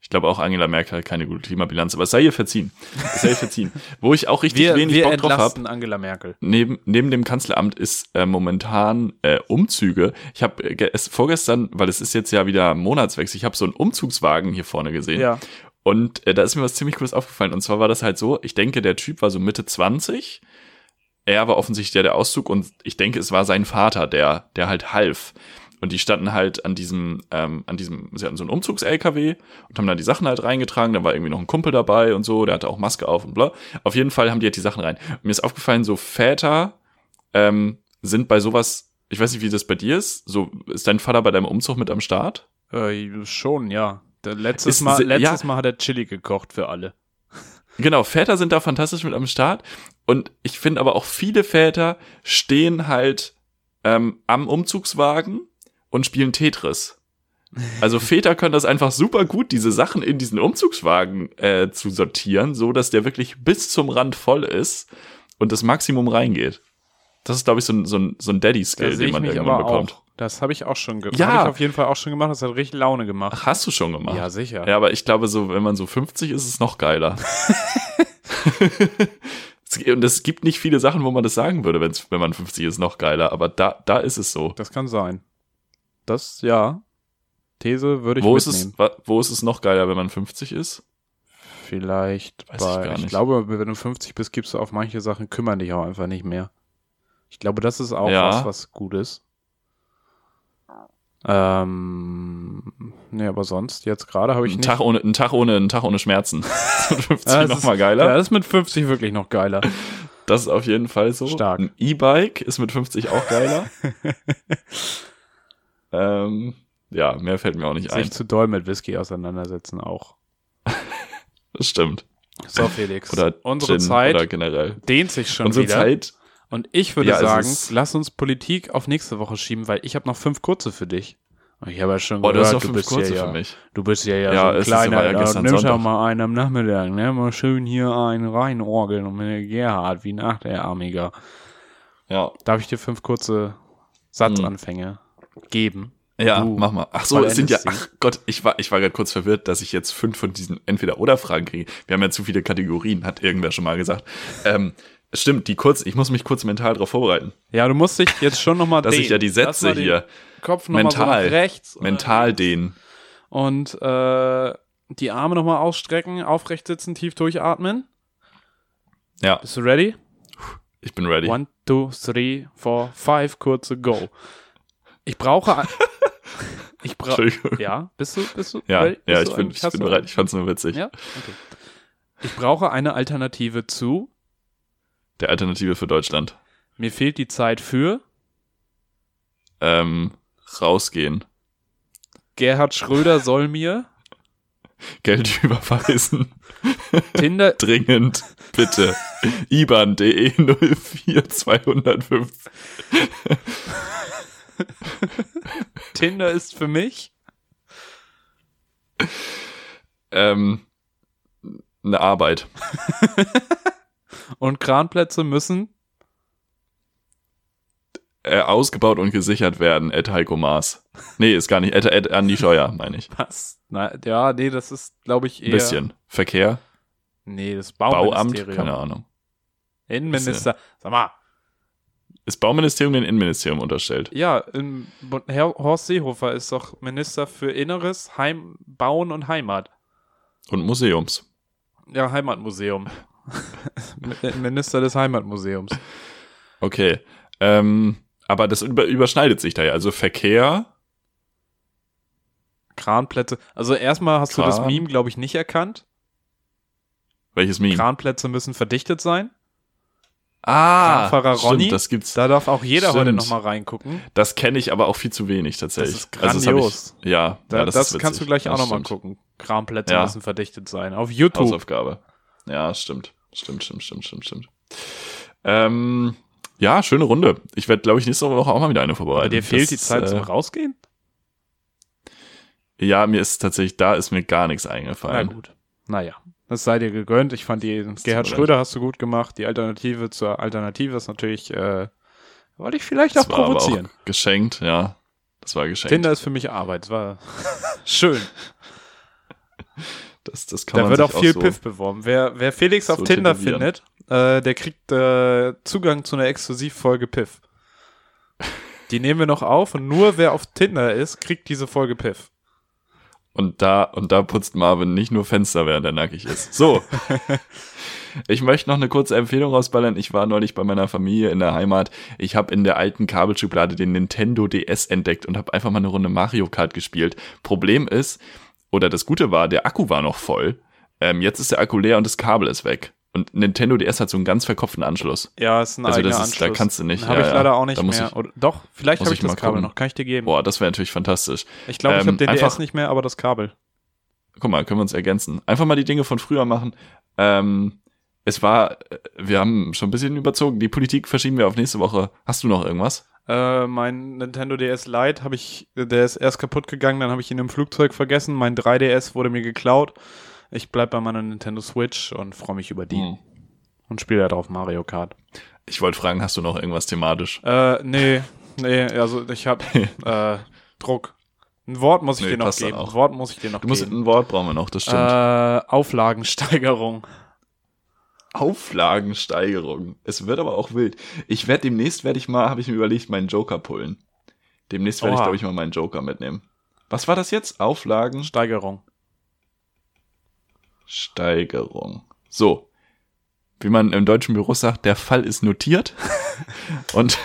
Ich glaube, auch Angela Merkel hat keine gute Klimabilanz, aber es sei ihr verziehen. Es sei ihr verziehen. Wo ich auch richtig
wir
wenig
wir
Bock drauf habe,
entlasten Angela Merkel.
neben, neben dem Kanzleramt ist äh, momentan äh, Umzüge. Ich habe äh, ge- es- vorgestern, weil es ist jetzt ja wieder Monatswechsel, ich habe so einen Umzugswagen hier vorne gesehen.
Ja.
Und äh, da ist mir was ziemlich Cooles aufgefallen. Und zwar war das halt so, ich denke, der Typ war so Mitte 20. Er war offensichtlich der, der auszog. Und ich denke, es war sein Vater, der, der halt half. Und die standen halt an diesem, ähm, an diesem, sie hatten so einen Umzugs-LKW und haben dann die Sachen halt reingetragen. Da war irgendwie noch ein Kumpel dabei und so, der hatte auch Maske auf und bla. Auf jeden Fall haben die halt die Sachen rein. Und mir ist aufgefallen, so Väter ähm, sind bei sowas, ich weiß nicht, wie das bei dir ist. So, ist dein Vater bei deinem Umzug mit am Start?
Äh, schon, ja. Der letztes,
Ist
Mal,
se-
letztes Mal hat er Chili gekocht für alle.
Genau, Väter sind da fantastisch mit am Start. Und ich finde aber auch viele Väter stehen halt ähm, am Umzugswagen und spielen Tetris. Also Väter können das einfach super gut, diese Sachen in diesen Umzugswagen äh, zu sortieren, so dass der wirklich bis zum Rand voll ist und das Maximum reingeht. Das ist, glaube ich, so ein, so ein, so ein
Da
Daddy-Skill,
sehe
den
ich
man
mich
irgendwann
aber
bekommt.
auch. Das habe ich auch schon gemacht.
Ja.
Habe ich auf jeden Fall auch schon gemacht. Das hat richtig Laune gemacht.
Ach, hast du schon gemacht?
Ja, sicher.
Ja, aber ich glaube, so, wenn man so 50 ist, ist es noch
*laughs*
geiler. *laughs* Es- Und es gibt nicht viele Sachen, wo man das sagen würde, wenn's, wenn man 50 ist, noch geiler. Aber da, da ist es so.
Das kann sein. Das, ja. These würde ich
Wo ist,
mitnehmen.
es, wa- wo ist es noch geiler, wenn man 50 ist?
Vielleicht
Weiß ich
bei,
gar
ich,
nicht.
glaube, wenn du 50 bist, gibst du auf manche Sachen, kümmern dich auch einfach nicht mehr. Ich glaube, das ist auch
Ja.
was, was gut ist. Ähm, nee, aber sonst, jetzt gerade habe ich
Ein
nicht.
Tag, ohne, ein, Tag ohne, ein Tag
*laughs*
ohne Schmerzen. *laughs* 50
Ja, das
noch mal
ist-
geiler.
Ja, das ist mit 50 wirklich noch geiler.
Das ist auf jeden Fall so.
Stark.
Ein E-Bike ist mit 50
*laughs*
auch geiler. ähm, ja, mehr fällt mir auch nicht ein.
Sich zu doll mit Whisky auseinandersetzen auch.
Das stimmt.
So, Felix.
Oder
unsere
Gin
Zeit
Oder generell.
dehnt sich schon
Unsere
wieder.
Zeit
Und ich würde
Ja, es
sagen,
ist-
lass uns Politik auf nächste Woche schieben, weil ich habe noch fünf kurze für dich. Und ich habe ja schon
Boah, Oh, du hast
gehört,
noch
du
fünf
bist
kurze
hier, ja,
für mich.
Du bist ja, ja,
Ja,
so ein
es ist
kleiner,
aber ja
ja
gestern
nimm doch
Sonntag.
mal einen am Nachmittag, ne? Mal schön hier einen reinorgeln und mit der Gerhard wie nach der Armiger.
Ja.
Darf ich dir fünf
Hm.
kurze Satzanfänge geben?
Ja,
Du
mach mal. Ach so, es
vollendest
sind ja,
sie.
ach Gott, ich war, ich war gerade kurz verwirrt, dass ich jetzt fünf von diesen Entweder-Oder-Fragen kriege. Wir haben ja zu viele Kategorien, hat irgendwer schon mal gesagt. Ähm, stimmt, die kurz, ich muss mich kurz mental darauf vorbereiten,
Ja, du musst dich jetzt schon nochmal
dass ich ja die Sätze hier
Kopf nochmal so nach
mental,
rechts äh, und-
mental dehnen.
und äh, die Arme nochmal ausstrecken, aufrecht sitzen, tief durchatmen.
Ja,
Bist du ready?
ich bin ready.
One, two, three, four, five, kurze Go. Ich brauche.
*laughs*
ein- ich brauche.
*laughs* Entschuldigung.
Ja, bist du, bist du?
Ja,
ready?
ja,
Bist
ich
du
bin,
eigentlich-
ich
hast
bin
du-
bereit. Ich fand's nur witzig.
Ja, okay. Ich brauche eine Alternative zu.
Der Alternative für Deutschland.
Mir fehlt die Zeit für
Ähm, rausgehen.
Gerhard Schröder soll mir
Geld *laughs* überweisen.
Tinder.
Dringend. Bitte. *laughs* E IBAN.de 04250.
Tinder ist für mich.
Ähm, eine Arbeit.
Und Kranplätze müssen.
Äh, ausgebaut und gesichert werden, Ed Heiko Maas. Nee, ist gar nicht. Ed, Ed Andi Scheuer, meine ich.
Was? Na, ja, nee, das ist, glaube ich, eher.
Ein bisschen. Verkehr,
Nee, das
Bauamt,
Bauministerium.
keine Ahnung.
Innenminister. äh, Sag mal.
Ist Bauministerium dem Innenministerium unterstellt?
Ja, in, Bo- Herr Horst Seehofer ist doch Minister für Inneres, Heim, Bauen und Heimat.
Und Museums.
Ja, Heimatmuseum. *laughs* Minister des Heimatmuseums.
Okay. Ähm, aber das über, überschneidet sich da ja. Also Verkehr,
Kranplätze. Also erstmal hast du das
Kran.
Meme, glaube ich, nicht erkannt.
welches Meme?
Kranplätze müssen verdichtet sein.
ah,
Kranfahrer Ronny.
stimmt, das gibt's.
Da darf auch jeder
Stimmt.
heute nochmal reingucken.
Das kenne ich aber auch viel zu wenig tatsächlich.
also
Also
Das ist
hab
grandios.
ich, ja,
Da,
ja,
das
ist
kannst du
witzig.
gleich auch
Das
nochmal
stimmt.
gucken. Kranplätze
Ja.
müssen verdichtet sein. Auf YouTube.
Hausaufgabe. Ja, stimmt. Stimmt, stimmt, stimmt, stimmt, stimmt. Ähm, ja, schöne Runde. Ich werde, glaube ich, nächste Woche auch mal wieder eine vorbereiten.
Aber dir fehlt die
Das,
Zeit zum
äh,
Rausgehen?
Ja, mir ist tatsächlich, da ist mir gar nichts
Na
eingefallen.
gut. Naja, das sei dir gegönnt. Ich fand die Gerhard
leid.
Schröder hast du gut gemacht. Die Alternative zur Alternative ist natürlich, äh, wollte ich vielleicht auch
Das war aber
provozieren.
auch geschenkt, ja. Das war geschenkt.
Tinder ist für mich Arbeit. Es war *laughs* schön.
das, das kann
Da
man
wird auch
sich
viel
so,
Piff beworben. Wer, wer Felix auf
so
Tinder
tätowieren.
findet, äh, der kriegt äh, Zugang zu einer Exklusivfolge Piff. Die nehmen wir noch auf und nur wer auf Tinder ist, kriegt diese Folge Piff.
Und da, und da putzt Marvin nicht nur Fenster, während er nackig ist.
*laughs*
So. ich möchte noch eine kurze Empfehlung rausballern. Ich war neulich bei meiner Familie in der Heimat. Ich habe in der alten Kabelschublade den Nintendo DS entdeckt und habe einfach mal eine Runde Mario Kart gespielt. Problem ist, oder das Gute war, der Akku war noch voll. Ähm, jetzt ist der Akku leer und das Kabel ist weg. Und Nintendo DS hat so einen ganz verkopften Anschluss.
Ja, ist ein
Also
eigener
das ist- da
Anschluss.
kannst du nicht,
Habe
ja,
ich
ja.
leider auch nicht
Da muss
mehr.
ich-
Oder, doch, vielleicht
muss
habe ich,
ich
das
mal
Kabel
gucken.
noch. Kann ich dir geben.
Boah, das wäre natürlich fantastisch.
ich glaube, ich
ähm,
habe den
einfach-
DS nicht mehr, aber das Kabel.
Guck mal, können wir uns ergänzen. Einfach mal die Dinge von früher machen. Ähm, es war, äh, wir haben schon ein bisschen überzogen. Die Politik verschieben wir auf nächste Woche. Hast du noch irgendwas?
Äh, mein Nintendo DS Lite habe ich, der ist erst kaputt gegangen, dann habe ich ihn im Flugzeug vergessen. Mein 3DS wurde mir geklaut. Ich bleib bei meiner Nintendo Switch und freue mich über die
Hm.
und spiele darauf Mario Kart.
Ich wollte fragen, hast du noch irgendwas thematisch?
Äh, nee, nee, also ich
*laughs*
habe äh, Druck. Ein Wort muss ich
Nee,
dir noch
passt dann
geben.
auch.
Ein Wort muss ich dir noch
Du musst
geben.
ein Wort brauchen wir noch, das
Äh,
stimmt.
Auflagensteigerung.
Auflagensteigerung. Es wird aber auch wild. Ich werde demnächst werde ich mal, habe ich mir überlegt, meinen Joker pullen. Demnächst werde ich,
Oha.
glaube ich, mal meinen Joker mitnehmen. Was war das jetzt? Auflagen?
Steigerung.
Steigerung. So. Wie man im deutschen Büro sagt, der Fall ist notiert. *laughs* und,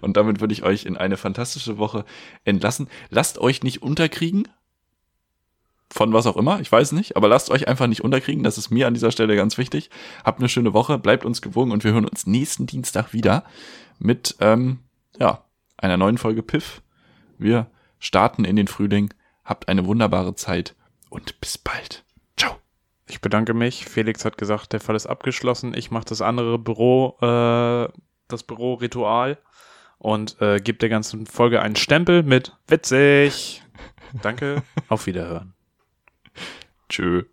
und damit würde ich euch in eine fantastische Woche entlassen. Lasst euch nicht unterkriegen. Von was auch immer, ich weiß nicht, aber lasst euch einfach nicht unterkriegen. Das ist mir an dieser Stelle ganz wichtig. Habt eine schöne Woche, bleibt uns gewogen und wir hören uns nächsten Dienstag wieder mit ähm, ja, einer neuen Folge Piff. Wir starten in den Frühling. Habt eine wunderbare Zeit und bis bald. Ciao.
Ich bedanke mich. Felix hat gesagt, der Fall ist abgeschlossen. Ich mache das andere Büro, äh, das Büro-Ritual und äh, gebe der ganzen Folge einen Stempel mit witzig. Danke, auf Wiederhören.
Tschö.